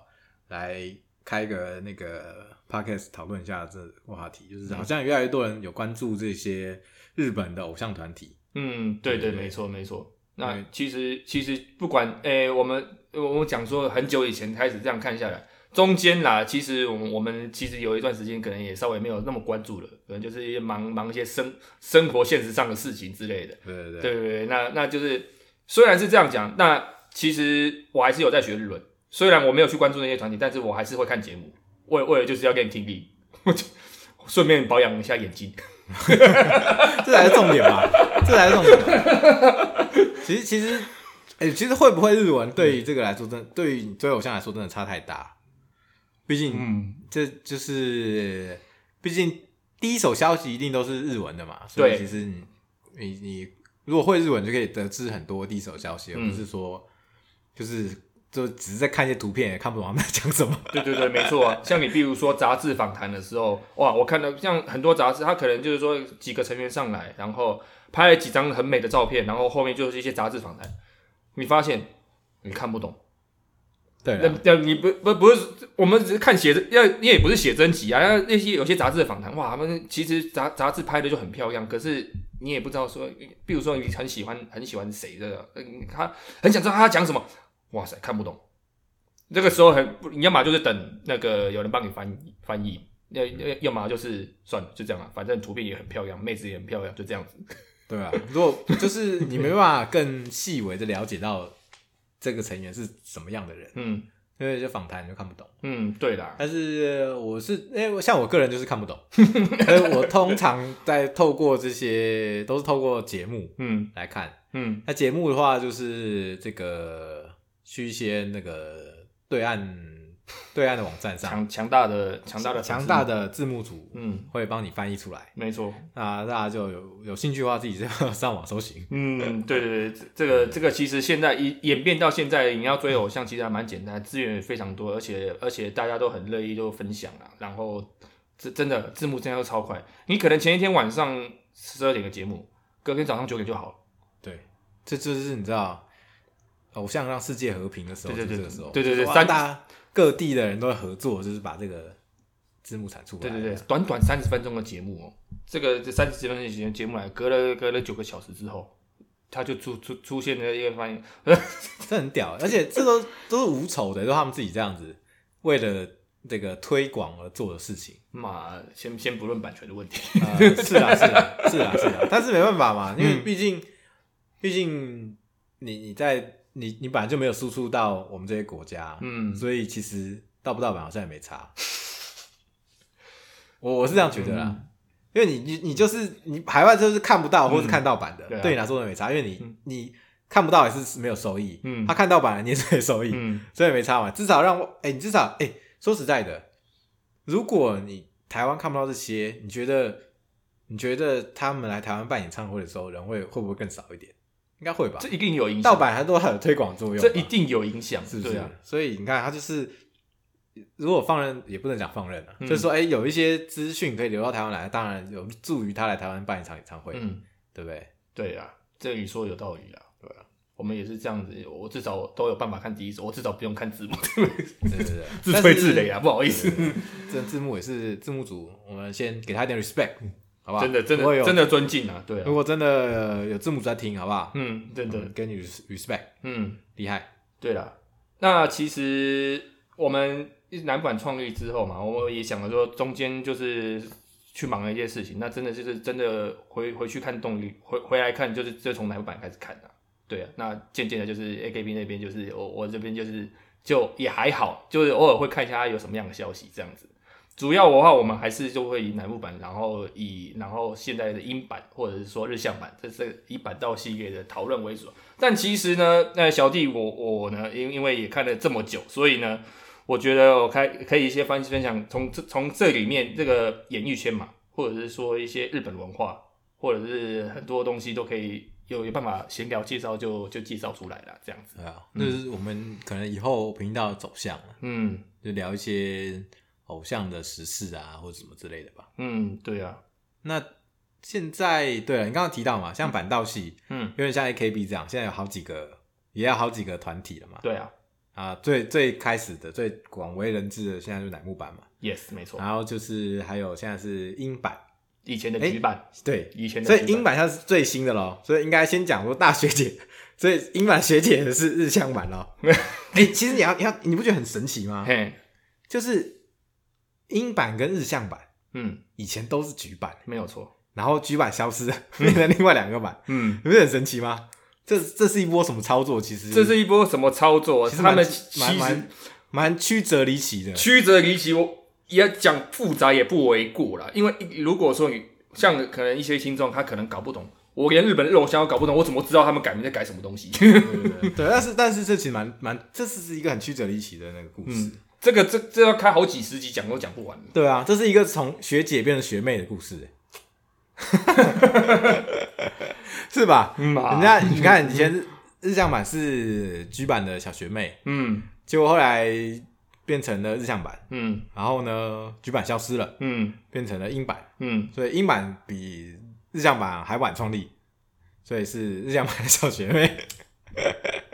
Speaker 1: 来开个那个 podcast 讨论一下这个话题，就是好像越来越多人有关注这些日本的偶像团体，
Speaker 3: 嗯，对对，
Speaker 1: 对
Speaker 3: 没错没错。那
Speaker 1: 对
Speaker 3: 其实其实不管诶、我们呃我们讲说很久以前开始这样看下来，中间啦，其实我们我们其实有一段时间可能也稍微没有那么关注了，可能就是一些忙忙一些生生活现实上的事情之类的。
Speaker 1: 对对
Speaker 3: 对对对，那那就是虽然是这样讲，那其实我还是有在学日文，虽然我没有去关注那些团体，但是我还是会看节目，为为了就是要给你听力，我就顺便保养一下眼睛。
Speaker 1: 这才是重点吧， 这才是重点。其实其实，哎、其实会不会日文对于这个来说，真的对于你追偶像来说，真的差太大。毕竟，
Speaker 3: 嗯，
Speaker 1: 这就是，毕竟第一手消息一定都是日文的嘛，所以
Speaker 3: 对
Speaker 1: 其实你你你如果会日文，就可以得知很多第一手消息，而
Speaker 3: 嗯
Speaker 1: 不是说就是就只是在看一些图片，也看不懂他们在讲什么。
Speaker 3: 对对对，没错啊。像你比如说杂志访谈的时候，哇，我看到像很多杂志，它可能就是说几个成员上来，然后拍了几张很美的照片，然后后面就是一些杂志访谈，你发现你看不懂。
Speaker 1: 对啊
Speaker 3: 那
Speaker 1: 啦，
Speaker 3: 那你不不不是，我们只是看写真，要你也不是写真集啊，那那些有些杂志的访谈，哇，他们其实杂杂志拍的就很漂亮，可是你也不知道说，比如说你很喜欢很喜欢谁的，嗯，他很想知道他讲什么，哇塞，看不懂。这个时候很，你要么就是等那个有人帮你翻译翻译，要要要么就是算了，就这样了，反正图片也很漂亮，妹子也很漂亮，就这样子。
Speaker 1: 对啊，如果就是你没办法更细微的了解到这个成员是什么样的人，
Speaker 3: 嗯
Speaker 1: 因为就访谈你就看不懂。
Speaker 3: 嗯，对啦，
Speaker 1: 但是我是，因为像我个人就是看不懂，所以我通常在透过这些都是透过节目
Speaker 3: 嗯
Speaker 1: 来看。
Speaker 3: 嗯
Speaker 1: 那节目的话，就是这个去一些那个对岸对岸的网站上，
Speaker 3: 强强大的强大的
Speaker 1: 强大
Speaker 3: 的，
Speaker 1: 的字幕组
Speaker 3: 嗯，
Speaker 1: 会帮你翻译出来。
Speaker 3: 没错。
Speaker 1: 那大家就有有兴趣的话，自己就 上网搜寻。
Speaker 3: 嗯，对对对，这这个这个其实现在演演变到现在，你要追偶像其实还蛮简单，资源也非常多，而且而且大家都很乐意就分享啊。然后这真的字幕真的都超快，你可能前一天晚上十二点的节目，隔天早上九点就好了。
Speaker 1: 对，这就是你知道，偶像让世界和平的时候，
Speaker 3: 对
Speaker 1: 就
Speaker 3: 对对
Speaker 1: 这个时候，
Speaker 3: 对对对
Speaker 1: 哇
Speaker 3: 三
Speaker 1: 大家各地的人都会合作，就是把这个字幕产出来。
Speaker 3: 对对对，，短短三十分钟的节目哦，这个这三十分钟的节节目来，隔了隔了九个小时之后，他就出出出现了一个发现，
Speaker 1: 这很屌，欸而且这都都是无酬的，都是他们自己这样子为了这个推广而做的事情。
Speaker 3: 妈，先先不论版权的问题，
Speaker 1: 呃是啊，是啊，是啊，是啊，但是没办法嘛，因为
Speaker 3: 嗯
Speaker 1: 毕竟，毕竟你你在你你本来就没有输出到我们这些国家，
Speaker 3: 嗯
Speaker 1: 所以其实盗不盗版好像也没差。我我是这样觉得啦，
Speaker 3: 嗯
Speaker 1: 因为你你你就是你海外就是看不到或是看盗版的，
Speaker 3: 对啊
Speaker 1: 你来说也没差，因为你、你看不到也是没有收益，
Speaker 3: 嗯
Speaker 1: 他看盗版了你也是没收益，
Speaker 3: 嗯
Speaker 1: 所以没差嘛。至少让我，哎、你至少，哎、说实在的，如果你台湾看不到这些，你觉得你觉得他们来台湾办演唱会的时候，人会会不会更少一点？应该会吧
Speaker 3: 这。一定有影响，
Speaker 1: 盗版还都还有推广作用吧，
Speaker 3: 这一定有影响，
Speaker 1: 是不是？
Speaker 3: 对啊？
Speaker 1: 所以你看，他就是如果放任，也不能讲放任啊，
Speaker 3: 嗯
Speaker 1: 就是说，哎、有一些资讯可以留到台湾来，当然有助于他来台湾办一场演唱会，
Speaker 3: 嗯，
Speaker 1: 对不对？
Speaker 3: 对啊，这你说有道理啊。我们也是这样子，我至少都有办法看第一手，我至少不用看字幕，
Speaker 1: 对对对，
Speaker 3: 自
Speaker 1: 但
Speaker 3: 吹
Speaker 1: 是
Speaker 3: 自擂啊，不好意思，
Speaker 1: 这字幕也是字幕组，我们先给他一点 respect，好不好？
Speaker 3: 真的真
Speaker 1: 如果
Speaker 3: 的
Speaker 1: 有
Speaker 3: 真的尊敬啊，对
Speaker 1: 如
Speaker 3: 啊，
Speaker 1: 果真的呃有字幕组在听，好不好？
Speaker 3: 嗯，真的
Speaker 1: 嗯，给你 res- respect，
Speaker 3: 嗯。
Speaker 1: 厉害。
Speaker 3: 对啦，那其实我们南版创立之后嘛，我也想着说，中间就是去忙了一些事情，那真的就是真的回回去看动力，回回来看就是就从南版开始看的、对啊，那渐渐的就是 AKB 那边就是我我这边就是就也还好，就是偶尔会看一下他有什么样的消息这样子。主要的话，我们还是就会以南部版，然后以然后现在的英版或者是说日向版，这是以版道系列的讨论为主。啊但其实呢，那小弟我我呢，因因为也看了这么久，所以呢，我觉得我开可以一些分分享，从这从这里面这个演艺圈嘛，或者是说一些日本文化，或者是很多东西都可以有有办法闲聊介绍就就介绍出来了，这样子。
Speaker 1: 对啊，那是我们可能以后频道的走向了，
Speaker 3: 嗯
Speaker 1: 就聊一些偶像的时事啊，或者什么之类的吧。
Speaker 3: 嗯，对啊，
Speaker 1: 那现在对啊了，你刚刚提到嘛，像板道系，
Speaker 3: 嗯
Speaker 1: 有点像 AKB 这样，现在有好几个，也有好几个团体了嘛。
Speaker 3: 对啊
Speaker 1: 啊，最最开始的、最广为人知的，现在就是乃木坂嘛，
Speaker 3: ，yes，没错，
Speaker 1: 然后就是还有现在是英版，
Speaker 3: 以前的局版，
Speaker 1: 对，
Speaker 3: 以前的
Speaker 1: 所以
Speaker 3: 局
Speaker 1: 英版它是最新的咯，所以应该先讲说大学姐， 所以英版学姐是日向版 咯。哎、其实你要你要你不觉得很神奇吗？
Speaker 3: 嘿，
Speaker 1: 就是英版跟日向版
Speaker 3: 嗯，
Speaker 1: 以前都是局版，
Speaker 3: 没有错，
Speaker 1: 然后局版消失了，变成另外两个 版，
Speaker 3: 嗯。
Speaker 1: 你不觉得很神奇吗？这这是一波什么操作？其实
Speaker 3: 这是一波什么操作？啊
Speaker 1: 其实
Speaker 3: 他
Speaker 1: 蛮
Speaker 3: 们其
Speaker 1: 蛮
Speaker 3: 实
Speaker 1: 蛮蛮曲折离奇的。
Speaker 3: 曲折离奇，我也讲复杂也不为过啦。因为如果说你像可能一些听众，他可能搞不懂，我连日本的肉香都搞不懂，我怎么知道他们改名在改什么东西？
Speaker 1: 对，但是但是这其实蛮蛮，这是是一个很曲折离奇的那个故事。
Speaker 3: 这个这这要开好几十集讲都讲不完。
Speaker 1: 对啊，这是一个从学姐变成学妹的故事，欸 是吧？
Speaker 3: 嗯
Speaker 1: 人家你看以前日 日向版是 G 版的小学妹，
Speaker 3: 嗯
Speaker 1: 结果后来变成了日向版，
Speaker 3: 嗯
Speaker 1: 然后呢 G 版消失了，
Speaker 3: 嗯
Speaker 1: 变成了英版，
Speaker 3: 嗯，
Speaker 1: 所以英版比日向版还晚创立，所以是日向版的小学妹。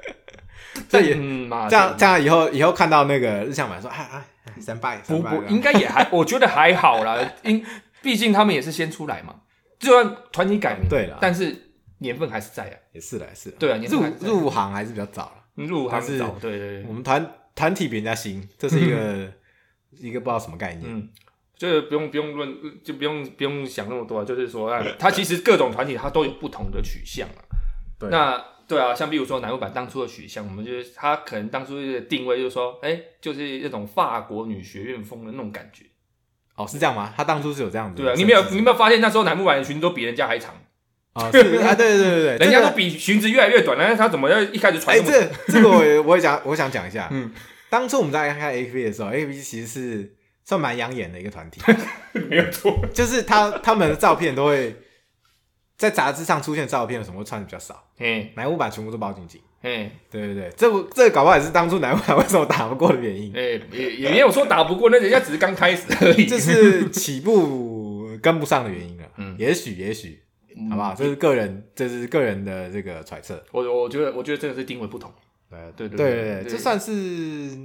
Speaker 1: 这也
Speaker 3: 嗯嘛
Speaker 1: 这样这样以后以后看到那个日向版说啊啊三拜
Speaker 3: 不
Speaker 1: 三拜
Speaker 3: 不
Speaker 1: 这，样，
Speaker 3: 应该也还，我觉得还好啦，因毕竟他们也是先出来嘛，就算团体改名，
Speaker 1: 对啦
Speaker 3: 但是年份还是在啊，
Speaker 1: 也是了也是了，
Speaker 3: 对啊，年份
Speaker 1: 入
Speaker 3: 还是在
Speaker 1: 入行还是比较早了。
Speaker 3: 入还
Speaker 1: 还是
Speaker 3: 是早，对对对
Speaker 1: 我，们团团体比人家新，这是一 个一个不知道什么概念。
Speaker 3: 嗯，就是不用不用论，就不用不用想那么多啊。就是说， 啊它其实各种团体它都有不同的取向啊。
Speaker 1: 对
Speaker 3: 那对啊，像比如说南欧版当初的取向，我们就是它可能当初的定位就是说，哎、就是那种法国女学院风的那种感觉。
Speaker 1: 哦，是这样吗？他当初是有这样子
Speaker 3: 对
Speaker 1: 嗯
Speaker 3: 啊
Speaker 1: 的，设计
Speaker 3: 你
Speaker 1: 是
Speaker 3: 没
Speaker 1: 吗。
Speaker 3: 有你没有发现那时候南木版的裙子都比人家还长，
Speaker 1: 啊？是啊，对对对对对，
Speaker 3: 人家
Speaker 1: 这
Speaker 3: 都
Speaker 1: 个
Speaker 3: 比裙子越来越短，但是他怎么要一开始穿
Speaker 1: 哎，
Speaker 3: 那么短？
Speaker 1: 这这个我也我也想我想讲一下，
Speaker 3: 嗯
Speaker 1: 当初我们在看 A P B 的时候，A P B 其实是算蛮养眼的一个团体，
Speaker 3: 没有错，
Speaker 1: 就是他他们的照片都会在杂志上出现的照片，有什么会穿的比较少，
Speaker 3: 嘿
Speaker 1: 南无版全部都包紧紧。
Speaker 3: 嘿
Speaker 1: 对对对，这不这个搞不好也是当初南无版为什么打不过的原因，
Speaker 3: 哎，也也没有说打不过，那人家只是刚开始而已。
Speaker 1: 这 是起步跟不上的原因了。
Speaker 3: 嗯
Speaker 1: 也许也许
Speaker 3: 嗯
Speaker 1: 好不好？这是个人，这是个人的这个揣测。
Speaker 3: 我我觉得我觉得真的是定位不同。
Speaker 1: 呃，
Speaker 3: 对
Speaker 1: 对
Speaker 3: 对
Speaker 1: 对
Speaker 3: 对对
Speaker 1: 这算是，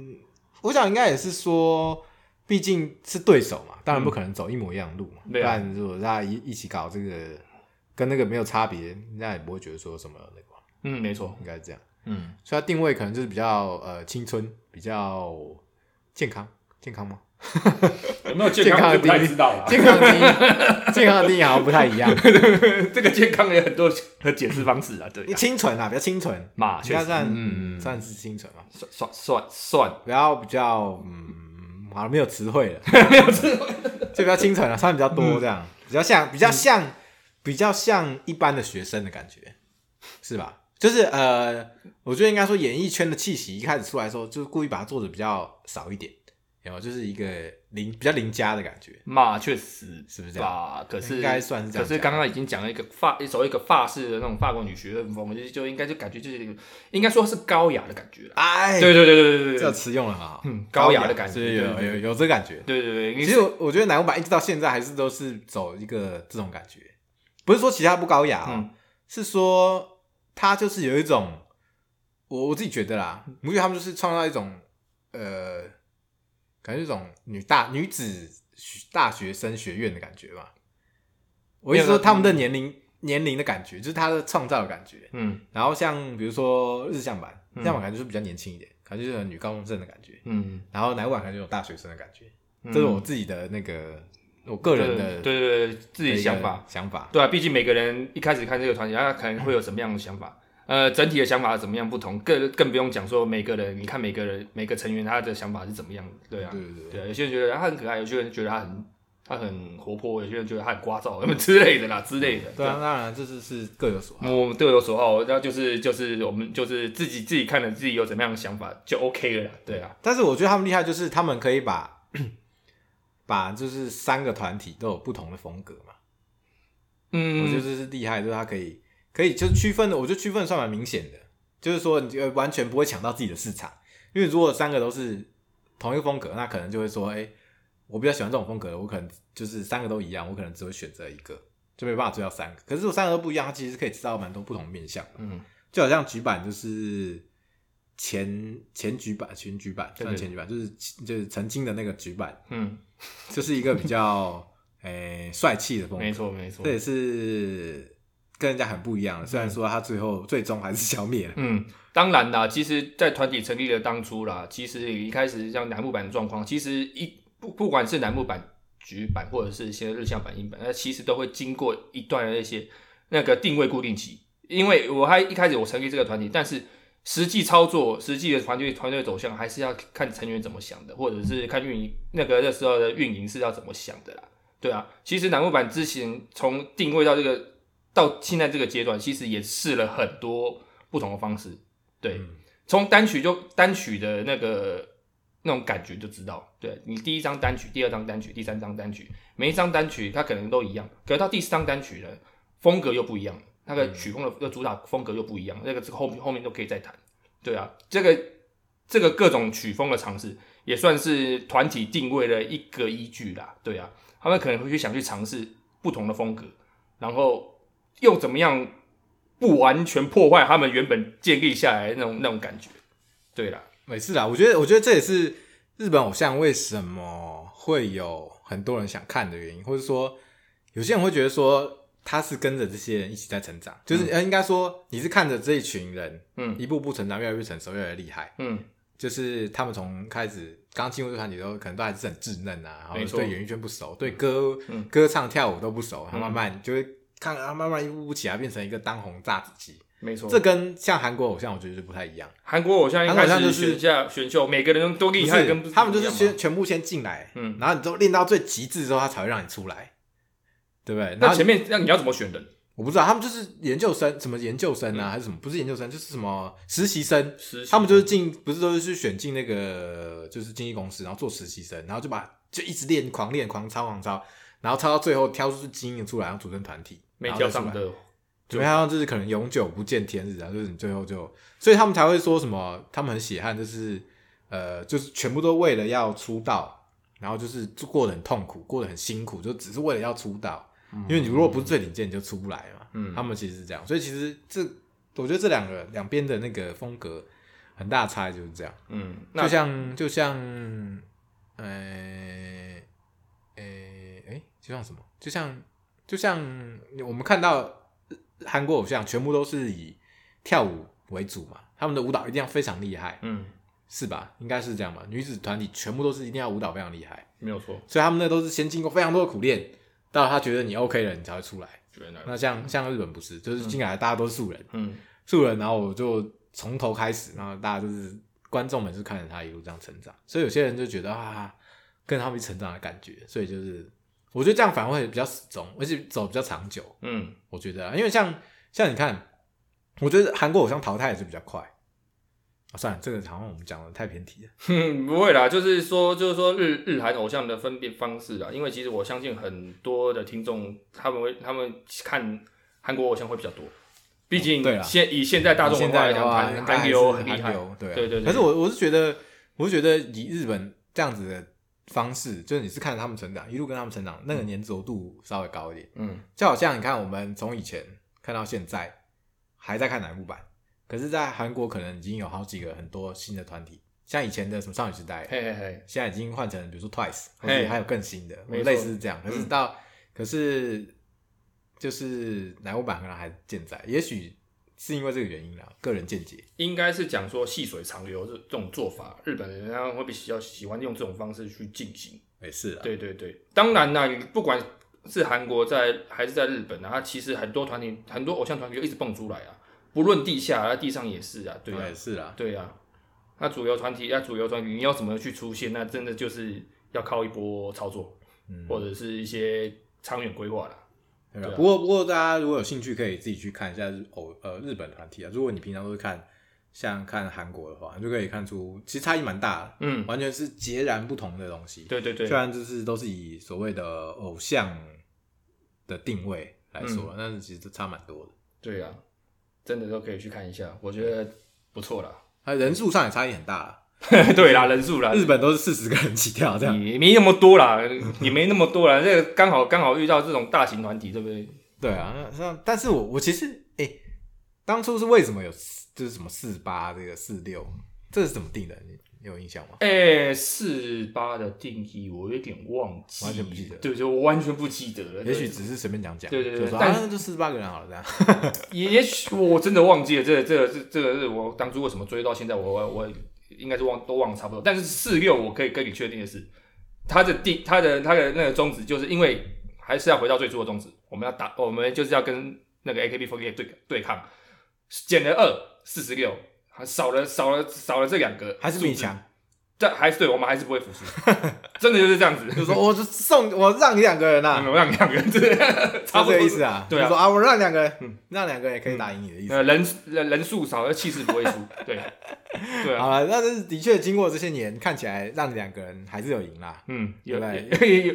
Speaker 1: 我想应该也是说，毕竟是对手嘛，当然不可能走一模一样的路嘛。
Speaker 3: 对啊
Speaker 1: 不然如果大家一一起搞这个，跟那个没有差别，人家也不会觉得说什么那个嘛，
Speaker 3: 嗯，没错。
Speaker 1: 应该是这样。
Speaker 3: 嗯，
Speaker 1: 所以它定位可能就是比较呃青春，比较健康，健康吗？
Speaker 3: 有没有
Speaker 1: 健康的定义
Speaker 3: 道了
Speaker 1: 健康的定义，健康的定义好像不太一样。
Speaker 3: 这个健康也有很多的解释方式啊，对啊，
Speaker 1: 清纯啊，比较清纯，
Speaker 3: 嘛，
Speaker 1: 应该算
Speaker 3: 嗯，算
Speaker 1: 算是清纯嘛。
Speaker 3: 算算算，
Speaker 1: 比较比较嗯，好像没有词汇了，
Speaker 3: 没有嗯这种，
Speaker 1: 就比较清纯了，啊穿得比较多这样，比较像
Speaker 3: 嗯
Speaker 1: 比较像、比较像一般的学生的感觉，是吧？就是呃，我觉得应该说演艺圈的气息一开始出来的时候，就是故意把它做的比较少一点，然后就是一个邻比较邻家的感觉，
Speaker 3: 嘛，确实
Speaker 1: 是不是这样？
Speaker 3: 吧？可是
Speaker 1: 啊应该算是这
Speaker 3: 可
Speaker 1: 样
Speaker 3: 是刚刚已经讲了一个法，所谓一个法式的那种法国女学院风，就就应该就感觉就是应该说是高雅的感觉啦。
Speaker 1: 哎，
Speaker 3: 对对对对对对
Speaker 1: 这个
Speaker 3: 对，
Speaker 1: 词用了啊，
Speaker 3: 嗯高雅的感觉
Speaker 1: 是有
Speaker 3: 对对
Speaker 1: 有有这感觉。
Speaker 3: 对对对，
Speaker 1: 其实我我觉得南无版一直到现在还是都是走一个这种感觉，不是说其他不高雅哦，
Speaker 3: 嗯
Speaker 1: 是说他就是有一种，我我自己觉得啦，我觉得他们就是创造一种呃，感觉一种女大女子学大学生学院的感觉吧。我一直说他们的年龄年龄的感觉，就是他的创造的感觉。
Speaker 3: 嗯
Speaker 1: 然后像比如说日向版，
Speaker 3: 嗯
Speaker 1: 日向版感觉就是比较年轻一点，感觉就是有女高中生的感觉。
Speaker 3: 嗯，
Speaker 1: 然后奶晚感觉有大学生的感觉，
Speaker 3: 嗯
Speaker 1: 这是我自己的那个我个人的
Speaker 3: 对对对，自己
Speaker 1: 的
Speaker 3: 的
Speaker 1: 一个
Speaker 3: 想法。
Speaker 1: 想法。
Speaker 3: 对啊，毕竟每个人一开始看这个团体，他可能会有什么样的想法，呃，整体的想法怎么样不同，更更不用讲说每个人，你看每个人每个成员他的想法是怎么样的，对啊，
Speaker 1: 对对对，
Speaker 3: 对啊，有些人觉得他很可爱，有些人觉得他很他很活泼，有些人觉得他很聒噪，什么之类的啦，之类的，
Speaker 1: 对啊，当然这是是各有所好。
Speaker 3: 我们各有所好，那就是就是我们就是自己自己看了自己有怎么样的想法就 OK 了啦，对啊，
Speaker 1: 但是我觉得他们厉害就是他们可以把 把就是三个团体都有不同的风格嘛，我觉得
Speaker 3: 嗯，
Speaker 1: 这是厉害，就是他可以可以就是区分的，我觉得区分得算蛮明显的，就是说你呃完全不会抢到自己的市场，因为如果三个都是同一个风格，那可能就会说，哎、我比较喜欢这种风格的，我可能就是三个都一样，我可能只会选择一个，就没办法追到三个。可是如果三个都不一样，它其实可以知道蛮多不同的面向的，
Speaker 3: 嗯
Speaker 1: 就好像局版就是前前局版前局版
Speaker 3: 对
Speaker 1: 算
Speaker 3: 对
Speaker 1: 前局版，就是就是曾经的那个局版，
Speaker 3: 嗯，
Speaker 1: 就是一个比较 诶帅气的风格
Speaker 3: 没，错没错
Speaker 1: 这，也是跟人家很不一样的。虽然说他最后最终还是消灭了，
Speaker 3: 嗯，当然啦，其实，在团体成立的当初啦，其实一开始像楠木板的状况，其实一不不管是楠木板、局板，或者是现在日向板、英板，那其实都会经过一段的那些那个定位固定期。因为我还一开始我成立这个团体，但是实际操作、实际的团队团队走向，还是要看成员怎么想的，或者是看运营那个那时候的运营是要怎么想的啦。对啊，其实楠木板之前从定位到这个到现在这个阶段，其实也试了很多不同的方式。对，
Speaker 1: 嗯
Speaker 3: 从单曲就单曲的那个那种感觉就知道，对你第一张单曲、第二张单曲、第三张单曲，每一张单曲它可能都一样，可是到第四张单曲呢，风格又不一样了，那个曲风的的主打风格又不一样，那个这个后后面都可以再谈。对啊，这个这个各种曲风的尝试，也算是团体定位的一个依据啦。对啊，他们可能会去想去尝试不同的风格，然后又怎么样不完全破坏他们原本建立下来的那种那种感觉。对啦，
Speaker 1: 每次啦，我觉得我觉得这也是日本偶像为什么会有很多人想看的原因，或者说有些人会觉得说他是跟着这些人一起在成长，就是、呃应该说你是看着这一群人
Speaker 3: 嗯
Speaker 1: 一步步成长，越来越成熟，越来越厉害。
Speaker 3: 嗯，
Speaker 1: 就是他们从开始刚进入这个团体的时候，可能都还是很稚嫩啊，然
Speaker 3: 没
Speaker 1: 后
Speaker 3: 错
Speaker 1: 对演艺圈不熟，对歌、
Speaker 3: 嗯
Speaker 1: 歌唱跳舞都不熟，他
Speaker 3: 嗯
Speaker 1: 慢慢就会看他慢慢一步步起来，变成一个当红炸子鸡。
Speaker 3: 没错。
Speaker 1: 这跟像韩国偶像，我觉得就不太一样。
Speaker 3: 韩国偶像一
Speaker 1: 韩国
Speaker 3: 开
Speaker 1: 偶像
Speaker 3: 始
Speaker 1: 就是
Speaker 3: 选下选秀，每个人都厉害，跟
Speaker 1: 不是，他们就是
Speaker 3: 选
Speaker 1: 先全部先进来，
Speaker 3: 嗯
Speaker 1: 然后你都练到最极致之后，他才会让你出来，对不对？然
Speaker 3: 那
Speaker 1: 后
Speaker 3: 前面那你要怎么选人？
Speaker 1: 我不知道，他们就是研究生，什么研究生
Speaker 3: 嗯
Speaker 1: 啊，还是什么？不是研究生，就是什么实习生，
Speaker 3: 实习
Speaker 1: 他们就是进，不是都是去选进那个就是经纪公司，然后做实习生，然后就把就一直练，狂练，狂操，狂操，然后操到最后挑出精英出来，然后组成团体，
Speaker 3: 没
Speaker 1: 然后
Speaker 3: 挑
Speaker 1: 再出
Speaker 3: 上
Speaker 1: 来。
Speaker 3: 的，
Speaker 1: 准备上就是可能永久不见天日啊，就是你最后就，所以他们才会说什么，他们很血汗，就是呃，就是全部都为了要出道，然后就是过得很痛苦，过得很辛苦，就只是为了要出道，因为你如果不是最顶尖，你就出不来嘛。
Speaker 3: 嗯
Speaker 1: 他们其实是这样，所以其实这我觉得这两个两边的那个风格很大差异就是这样，
Speaker 3: 嗯，那
Speaker 1: 就像就像，呃，呃，哎，就像什么，就像就像我们看到呃韩国偶像全部都是以跳舞为主嘛，他们的舞蹈一定要非常厉害，
Speaker 3: 嗯，
Speaker 1: 是吧？应该是这样吧。女子团体全部都是一定要舞蹈非常厉害，
Speaker 3: 没有错，
Speaker 1: 所以他们那都是先经过非常多的苦练，到他觉得你 OK 了，你才会出来。
Speaker 3: 觉得
Speaker 1: 那像像日本不是，就是进来大家都是素人，
Speaker 3: 嗯
Speaker 1: 素人，然后我就从头开始，然后大家就是观众们就看着他一路这样成长，所以有些人就觉得啊，跟他们一起成长的感觉，所以就是我觉得这样反而会比较始终，而且走比较长久，
Speaker 3: 嗯，
Speaker 1: 我觉得啊、因为像像你看，我觉得韩国偶像淘汰也是比较快。啊，算了，这个好像我们讲的太偏题了。
Speaker 3: 哼， 不会啦，就是说，就是说日日韩偶像的分辨方式啊啦，因为其实我相信很多的听众，他们会他们看韩国偶像会比较多，毕竟
Speaker 1: 哦对啦
Speaker 3: 现以现在大众文
Speaker 1: 现
Speaker 3: 化
Speaker 1: 在
Speaker 3: 来
Speaker 1: 的
Speaker 3: 讲，
Speaker 1: 话，
Speaker 3: 韩
Speaker 1: 应该还
Speaker 3: 韩
Speaker 1: 是
Speaker 3: 流很
Speaker 1: 韩
Speaker 3: 厉害，
Speaker 1: 流对啊
Speaker 3: 对对对
Speaker 1: 可是我我是觉得，我是觉得以日本这样子的方式，就是你是看着他们成长，一路跟他们成长，那个粘着度稍微高一点。
Speaker 3: 嗯
Speaker 1: 就好像你看，我们从以前看到现在，还在看乃木坂，可是，在韩国可能已经有好几个很多新的团体，像以前的什么少女时代，
Speaker 3: 嘿嘿嘿，
Speaker 1: 现在已经换成比如说 Twice，或
Speaker 3: 嘿
Speaker 1: 者还有更新的，
Speaker 3: 没错
Speaker 1: 类似是这样。可是
Speaker 3: 嗯
Speaker 1: 到、可是就是乃木坂可能还健在，也许是因为这个原因啦，个人见解。
Speaker 3: 应该是讲说细水长流这这种做法，日本人他会比较喜欢用这种方式去进行。
Speaker 1: 也是啊，
Speaker 3: 对对对，当然啦，你不管是韩国在还是在日本啊，它其实很多团体、很多偶像团体就一直蹦出来啊，不论地下啊，地上也是啊，对啊
Speaker 1: 也，是啊，
Speaker 3: 对啊。那主流团体，那主流团体，你要怎么去出现？那真的就是要靠一波操作，
Speaker 1: 嗯，
Speaker 3: 或者是一些长远规划啦。
Speaker 1: 对吧
Speaker 3: 对啊
Speaker 1: 不过不过大家如果有兴趣，可以自己去看一下日偶呃日本团体啊。如果你平常都是看像看韩国的话，你就可以看出其实差异蛮大的，
Speaker 3: 嗯，
Speaker 1: 完全是截然不同的东西。
Speaker 3: 对对对
Speaker 1: 虽，然就是都是以所谓的偶像的定位来说，
Speaker 3: 嗯
Speaker 1: 但是其实都差蛮多的。
Speaker 3: 对啊，真的都可以去看一下，我觉得不 错啦。
Speaker 1: 还有人数上也差异很大啦，
Speaker 3: 对 啦，人数啦，
Speaker 1: 日本都是四十个人起跳这样。
Speaker 3: 也嗯没那么多啦，也没那么多啦。这个刚好刚好遇到这种大型团体，对不对？
Speaker 1: 对啊，那那但是我我其实哎、诶当初是为什么有就是什么四八这个四六，这是怎么定的？你你有印象吗？
Speaker 3: 哎、四八的定义我有点忘记，
Speaker 1: 完全不记得
Speaker 3: 对，就我完全不记得了。
Speaker 1: 也许
Speaker 3: 对
Speaker 1: 只是随便讲讲，
Speaker 3: 对对对
Speaker 1: 就说
Speaker 3: 但
Speaker 1: 啊，那就四十八个人好了这样。
Speaker 3: 也也许我真的忘记了，这个这个这这个是我当初为什么追到现在，我我我应该是忘都忘得差不多。但是四六我可以跟你确定的是，他的定他的他的那个宗旨，就是因为还是要回到最初的宗旨，我们要打，我们就是要跟那个 AKB48 对对抗，减了二四十六，还少了少了少了这两个，
Speaker 1: 还是比你强，
Speaker 3: 但还是对我们还是不会服输，真的就是这样子， 嗯
Speaker 1: 就说我哦就送我让你两个人
Speaker 3: 我
Speaker 1: 啊，
Speaker 3: 们让两个人， 对差
Speaker 1: 就这
Speaker 3: 不多
Speaker 1: 个意思啊。嗯
Speaker 3: 对啊
Speaker 1: 就说啊，我让两个
Speaker 3: 嗯
Speaker 1: 人，让两个人也可以打赢你的意思。
Speaker 3: 呃，人人人数少，而气势不会输，对，对啊
Speaker 1: 好。了，那是的确经过这些年，看起来让两个人还是有赢啦，
Speaker 3: 嗯，有
Speaker 1: 对
Speaker 3: 有有有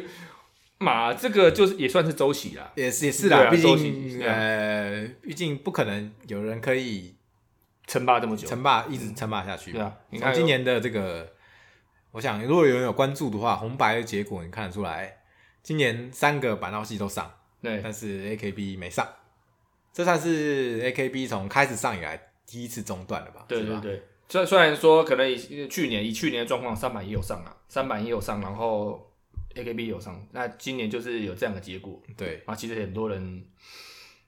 Speaker 3: 马这个就是也算是周期啦，
Speaker 1: 也是也是
Speaker 3: 对啊
Speaker 1: 啦，毕
Speaker 3: 周琦是
Speaker 1: 竟
Speaker 3: 这样
Speaker 1: 呃，毕竟不可能有人可以
Speaker 3: 称霸这么久，
Speaker 1: 称霸一直称霸下去
Speaker 3: 对啊
Speaker 1: 嘛。
Speaker 3: 你
Speaker 1: 从
Speaker 3: 看
Speaker 1: 今年的这个，我想如果有人有关注的话，红白的结果你看得出来，今年三个板道系都上，
Speaker 3: 对，
Speaker 1: 但是 AKB 没上，这算是 AKB 从开始上以来第一次中断了吧？
Speaker 3: 对
Speaker 1: 是吧
Speaker 3: 对对。虽虽然说可能以去年以去年的状况，三板也有上啊，三板也有上，然后 AKB 也有上，那今年就是有这样的结果
Speaker 1: 对，
Speaker 3: 啊。其实很多人，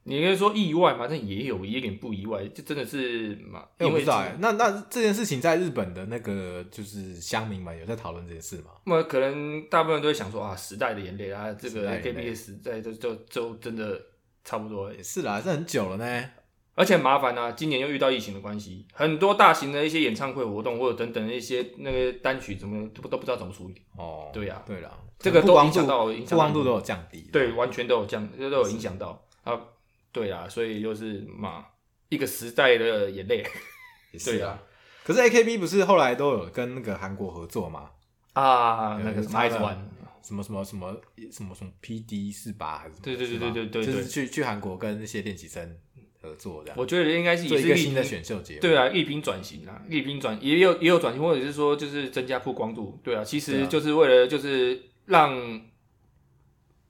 Speaker 3: 你可以说意外嘛，但也有一点不意外，这真的是嘛，
Speaker 1: 因为
Speaker 3: 因
Speaker 1: 我不
Speaker 3: 为
Speaker 1: 知道、欸，那那这件事情在日本的那个就是乡民们有在讨论这件事吗？
Speaker 3: 那么可能大部分都会想说啊，时代的眼泪啊，这
Speaker 1: 时
Speaker 3: 个
Speaker 1: 代的眼
Speaker 3: AKB
Speaker 1: 泪
Speaker 3: 的时代就就就真的差不多了
Speaker 1: 也是啦，这很久了呢。
Speaker 3: 而且很麻烦啊，今年又遇到疫情的关系，很多大型的一些演唱会活动或者等等一些那个单曲怎么都不都不知道怎么处理，
Speaker 1: 哦，
Speaker 3: 对啊
Speaker 1: 对啦，
Speaker 3: 这个
Speaker 1: 曝
Speaker 3: 都影
Speaker 1: 光度
Speaker 3: 响到影
Speaker 1: 曝
Speaker 3: 响
Speaker 1: 光度
Speaker 3: 到
Speaker 1: 都有降低。
Speaker 3: 对，完全都有降，都有影响到啊，对啊，所以就是嘛，一个时代的眼 泪，
Speaker 1: 也是
Speaker 3: 对啊，
Speaker 1: 可是 AKB 不是后来都有跟那个韩国合作吗？
Speaker 3: 啊，那个
Speaker 1: 有
Speaker 3: 什么 i
Speaker 1: 什
Speaker 3: c
Speaker 1: 么什么什么什么什么什么 PD 四八还是什么
Speaker 3: 对对对
Speaker 1: 是吗
Speaker 3: 对对对
Speaker 1: 就是去去韩国跟那些练习生合作这样，
Speaker 3: 我觉得应该是
Speaker 1: 做
Speaker 3: 也
Speaker 1: 一
Speaker 3: 是
Speaker 1: 个
Speaker 3: 力
Speaker 1: 新的
Speaker 3: 拼，
Speaker 1: 选秀节目。
Speaker 3: 对啊，力拼转型啊，力拼转也有也有转型，或者是说就是增加曝光度，对啊，其
Speaker 1: 对
Speaker 3: 实
Speaker 1: 啊
Speaker 3: 就是为了就是让。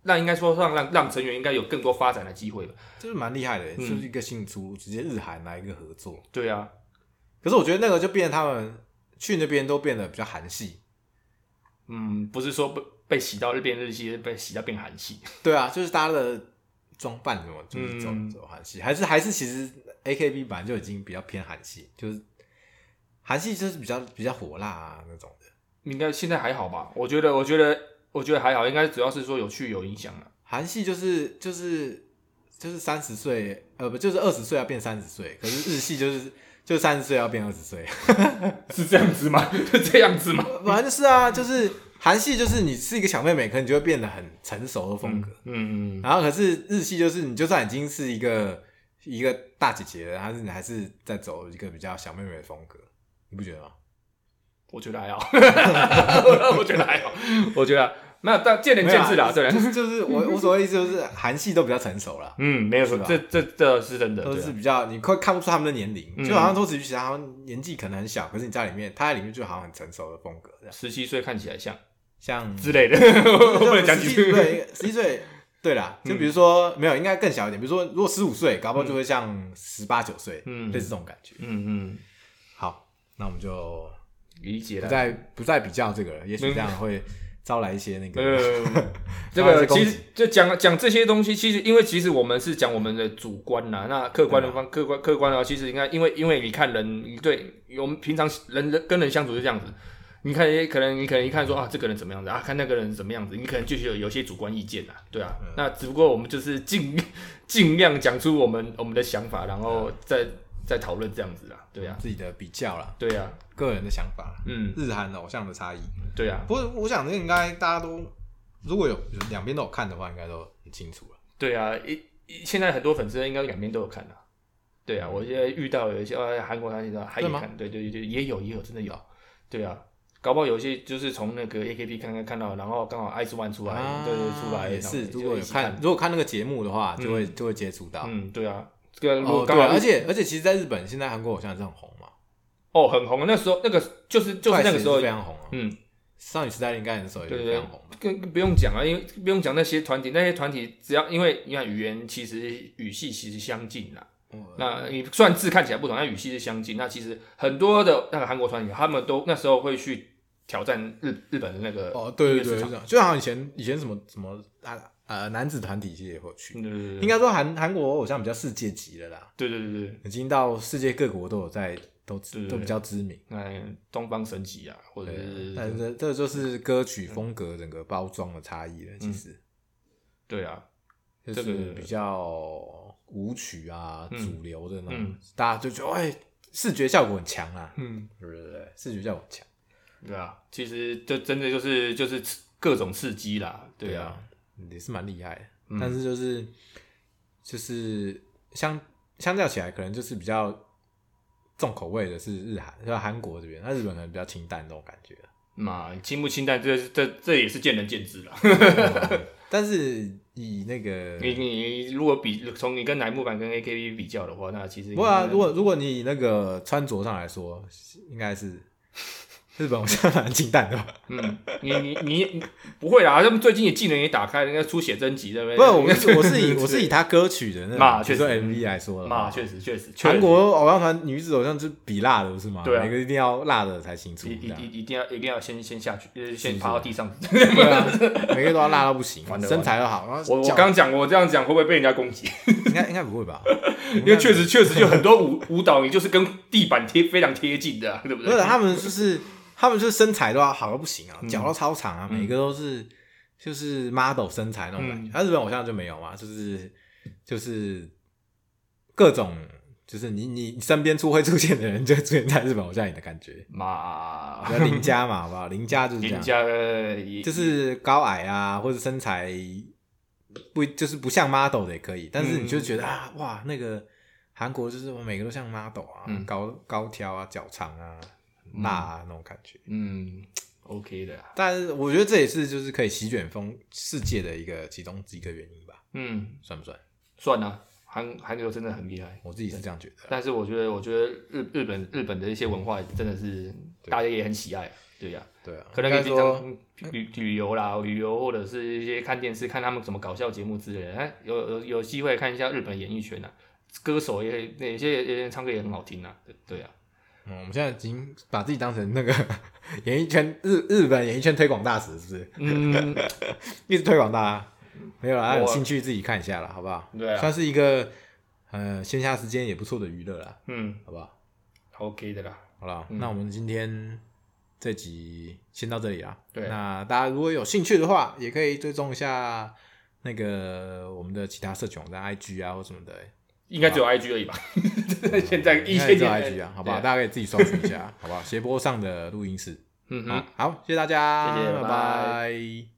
Speaker 3: 让应该说让让让成员应该有更多发展的机会吧。
Speaker 1: 这是蛮厉害的，
Speaker 3: 嗯
Speaker 1: 就是一个新出直接日韩来一个合作。
Speaker 3: 对啊，
Speaker 1: 可是我觉得那个就变成他们去那边都变得比较韩系。
Speaker 3: 嗯，不是说被被洗到日变日系，被洗到变韩系。
Speaker 1: 对啊，就是大家的装扮什么，就是走、
Speaker 3: 嗯
Speaker 1: 走韩系，还是还是其实 A K B 本来就已经比较偏韩系，就是韩系就是比较比较火辣啊那种的。
Speaker 3: 应该现在还好吧？我觉得，我觉得，我觉得还好，应该主要是说有趣有影响啊了。
Speaker 1: 韩系就是就是就是三十岁，呃不就是二十岁要变三十岁，可是日系就是就三十岁要变二十岁，
Speaker 3: 是这样子吗？ 是这样子吗？
Speaker 1: 反正就是啊，就是韩系就是你是一个小妹妹，可能你就会变得很成熟的风格，
Speaker 3: 嗯，
Speaker 1: 然后可是日系就是你就算已经是一个一个大姐姐了，但是你还是在走一个比较小妹妹的风格，你不觉得吗？
Speaker 3: 我觉得还好， 我觉得还好，我觉得没有，啊但见仁见智啦，
Speaker 1: 没
Speaker 3: 对
Speaker 1: 有啊就
Speaker 3: 啦。
Speaker 1: 是就是我我所谓意思就是韩系都比较成熟啦，
Speaker 3: 嗯，没有说
Speaker 1: 是吧
Speaker 3: 这这这是真的，
Speaker 1: 都
Speaker 3: 对
Speaker 1: 是
Speaker 3: 啊
Speaker 1: 比较你快看不出他们的年龄，
Speaker 3: 嗯
Speaker 1: 就好像周子瑜其实他们年纪可能很小，可是你在里面他在里面就好像很成熟的风格这样，
Speaker 3: 十七岁看起来像
Speaker 1: 像
Speaker 3: 之类的，我不能讲几
Speaker 1: 十七
Speaker 3: 句。嗯
Speaker 1: 对十七岁对啦，就比如说、没有，应该更小一点。比如说，如果十五岁，搞不好就会像十八九岁，
Speaker 3: 嗯
Speaker 1: 类似这种感觉。
Speaker 3: 嗯嗯，
Speaker 1: 好，那我们就
Speaker 3: 理解
Speaker 1: 不
Speaker 3: 了。
Speaker 1: 再不再比较这个了，也许这样会招来一些 那个
Speaker 3: 呃，这
Speaker 1: 当然
Speaker 3: 个
Speaker 1: 是攻
Speaker 3: 其
Speaker 1: 击
Speaker 3: 实就讲讲这些东西，其实因为其实我们是讲我们的主观啦，那客观的方客观客观的话，其实应该因为因为你看人，你对我们平常人人跟人相处是这样子，你看也可能你可能一看说啊这个人怎么样子啊，看那个人怎么样子，你可能就是有有些主观意见啦，对啊，那只不过我们就是尽尽量讲出我们我们的想法，然后再再讨论这样子啦，对啊，
Speaker 1: 自己的比较啦，
Speaker 3: 对啊，
Speaker 1: 个人的想法啦，
Speaker 3: 嗯，
Speaker 1: 日韩偶像的差异。
Speaker 3: 对啊，
Speaker 1: 不过我想这应该大家都如果有两边都有看的话，应该都很清楚了。
Speaker 3: 对啊，一一现在很多粉丝应该两边都有看啊。对啊，我现在遇到有一些呃韩国男生还
Speaker 1: 嗯
Speaker 3: 也
Speaker 1: 对吗
Speaker 3: 看，对对对，也有也有真的有，对啊，搞不好有些就是从那个 AKB 看看看到，然后刚好 S One 出来，对对出来
Speaker 1: 啊也
Speaker 3: 然后
Speaker 1: 是，
Speaker 3: 就
Speaker 1: 如果
Speaker 3: 一
Speaker 1: 有
Speaker 3: 起
Speaker 1: 看
Speaker 3: 看，，
Speaker 1: 如果看那个节目的话，就会就会接触到。
Speaker 3: 嗯，对啊，这个如
Speaker 1: 哦，
Speaker 3: 果刚
Speaker 1: 对啊，
Speaker 3: 好
Speaker 1: 而且而且，其实，在日本现在韩国偶像也是很红嘛，
Speaker 3: 哦很红，那时候那个就是就是那个
Speaker 1: Twice
Speaker 3: 时
Speaker 1: 也
Speaker 3: 候
Speaker 1: 是非，常红啊。
Speaker 3: 嗯，
Speaker 1: 少女时代应该那时候也是
Speaker 3: 对对对
Speaker 1: 非常红嘛。
Speaker 3: 更更不用讲啊，因为不用讲那些团体，那些团体只要因为你看语言其实语系其实相近啦，
Speaker 1: 嗯
Speaker 3: 那你虽然字看起来不同，但语系是相近。那其实很多的那个韩国团体，他们都那时候会去挑战日日本的那个
Speaker 1: 哦，对
Speaker 3: 音乐
Speaker 1: 对
Speaker 3: 市
Speaker 1: 对，
Speaker 3: 场
Speaker 1: 是这样就好像以前以前什么什么啊呃男子团体其实也会有去，
Speaker 3: 对对
Speaker 1: 应
Speaker 3: 对
Speaker 1: 该说韩韩国偶像比较世界级了啦，
Speaker 3: 对对对对，
Speaker 1: 已经到世界各国都有在都知
Speaker 3: 对
Speaker 1: 都比较知名。
Speaker 3: 那东方神起啊，或者
Speaker 1: 对，
Speaker 3: 是
Speaker 1: 但是这就是歌曲风格整个包装的差异了，其实
Speaker 3: 嗯对啊，
Speaker 1: 就
Speaker 3: 这个
Speaker 1: 是比较舞曲啊
Speaker 3: 嗯
Speaker 1: 主流的那种
Speaker 3: 嗯，
Speaker 1: 大家就觉得哎视觉效果很强啊，
Speaker 3: 嗯，
Speaker 1: 对对对，视觉效果很强。
Speaker 3: 对啊，其实这真的就是就是刺各种刺激啦，对啊，，
Speaker 1: 也是蛮厉害的。
Speaker 3: 嗯
Speaker 1: 但是就是就是相相较起来，可能就是比较重口味的是日韩，就韩国这边，那日本可能比较清淡这种感 觉。
Speaker 3: 嘛清不清淡，这这这也是见仁见智啦。
Speaker 1: 但是以那个，
Speaker 3: 你你如果比从你跟乃木坂跟 AKB 比较的话，那其
Speaker 1: 不
Speaker 3: 实
Speaker 1: 过啊，如果如果你以那个穿着上来说，应该 是日本，我像蛮清淡的吧。
Speaker 3: 嗯，你你你你不会啦，他们最近也技能也打开，人家出写真集对不对？
Speaker 1: 不是，我是我是 以我是以他歌曲的那
Speaker 3: 嘛
Speaker 1: 种，就
Speaker 3: 确
Speaker 1: 是
Speaker 3: 实
Speaker 1: MV 来说的话
Speaker 3: 嘛，确实确实，确
Speaker 1: 韩
Speaker 3: 实
Speaker 1: 国偶像团女子偶像是比辣的，不是吗？
Speaker 3: 对啊
Speaker 1: 每个一定要辣的才行出。
Speaker 3: 一
Speaker 1: 这
Speaker 3: 一
Speaker 1: 样
Speaker 3: 一一定要一定要先先下去，呃，先
Speaker 1: 是
Speaker 3: 趴到 地上。
Speaker 1: 对啊，每个都要辣到不行
Speaker 3: 完，了
Speaker 1: 身材又好。然后
Speaker 3: 我我
Speaker 1: 脚
Speaker 3: 刚讲我这样讲会不会被人家攻击？
Speaker 1: 应该应该不会 吧？
Speaker 3: 因为确实确实有很多舞舞蹈，你就是跟地板贴非常贴近的啊、对不
Speaker 1: 不是
Speaker 3: 对？
Speaker 1: 他们就是他们就是身材都要好到不行
Speaker 3: 嗯
Speaker 1: 啊，脚都超长啊，每个都是就是 model 身材
Speaker 3: 嗯
Speaker 1: 那种感觉。他日本偶像就没有嘛，就是就是各种就是你你身边出会出现的人就会出现在日本偶像里的感 觉。
Speaker 3: 嘛
Speaker 1: 比，较邻家嘛，好不好？邻家就是这
Speaker 3: 人
Speaker 1: 样，
Speaker 3: 家呃也
Speaker 1: 就是高矮啊，或者身材不就是不像 model 的也可以，但是你就
Speaker 3: 嗯
Speaker 1: 觉得、啊，哇，那个韩国就是我每个都像 model 啊，
Speaker 3: 嗯
Speaker 1: 高高挑啊，脚长啊，辣啊、那种感觉。
Speaker 3: 嗯 OK 的啦，
Speaker 1: 但是我觉得这也是就是可以席卷风世界的一个其中之一个原因吧，
Speaker 3: 嗯，
Speaker 1: 算不算？
Speaker 3: 算啦、韩韩流真的很厉害。
Speaker 1: 我自己是这样觉得啊。
Speaker 3: 但是我觉得，我觉得日日本日本的一些文化真的是大家也很喜爱，对呀、
Speaker 1: 对啊，
Speaker 3: 可能
Speaker 1: 应
Speaker 3: 你
Speaker 1: 该
Speaker 3: 平
Speaker 1: 说
Speaker 3: 常旅旅游啦，旅游或者是一些看电视看他们什么搞笑节目之类的，哎，有有有机会看一下日本演艺圈呐、啊歌手也那有些有些人唱歌也很好听呐、对对啊，
Speaker 1: 嗯，我们现在已经把自己当成那个 演艺圈日日本演艺圈推广大使，是不是？
Speaker 3: 嗯，
Speaker 1: 一直推广大家，没有啦，
Speaker 3: 我
Speaker 1: 有兴趣自己看一下啦，好不好？
Speaker 3: 对啊
Speaker 1: 算是一个呃线下时间也不错的娱乐啦，
Speaker 3: 嗯
Speaker 1: 好不好？
Speaker 3: ，OK 的啦，
Speaker 1: 好了，那我们今天这集先到这里啦。
Speaker 3: 对
Speaker 1: 那大家如果有兴趣的话，也可以追踪一下那个我们的其他社群网站 IG 啊或什么的、
Speaker 3: 应该只有 IG 而已吧，现在一
Speaker 1: 应该
Speaker 3: 些
Speaker 1: 也只有
Speaker 3: 年
Speaker 1: IG 啊，好不好？
Speaker 3: 对
Speaker 1: 大家可以自己搜寻一下，好不好？斜坡上的录音室。
Speaker 3: 嗯哼。
Speaker 1: 好，好，谢谢大家，
Speaker 3: 谢谢
Speaker 1: 拜
Speaker 3: 拜
Speaker 1: 拜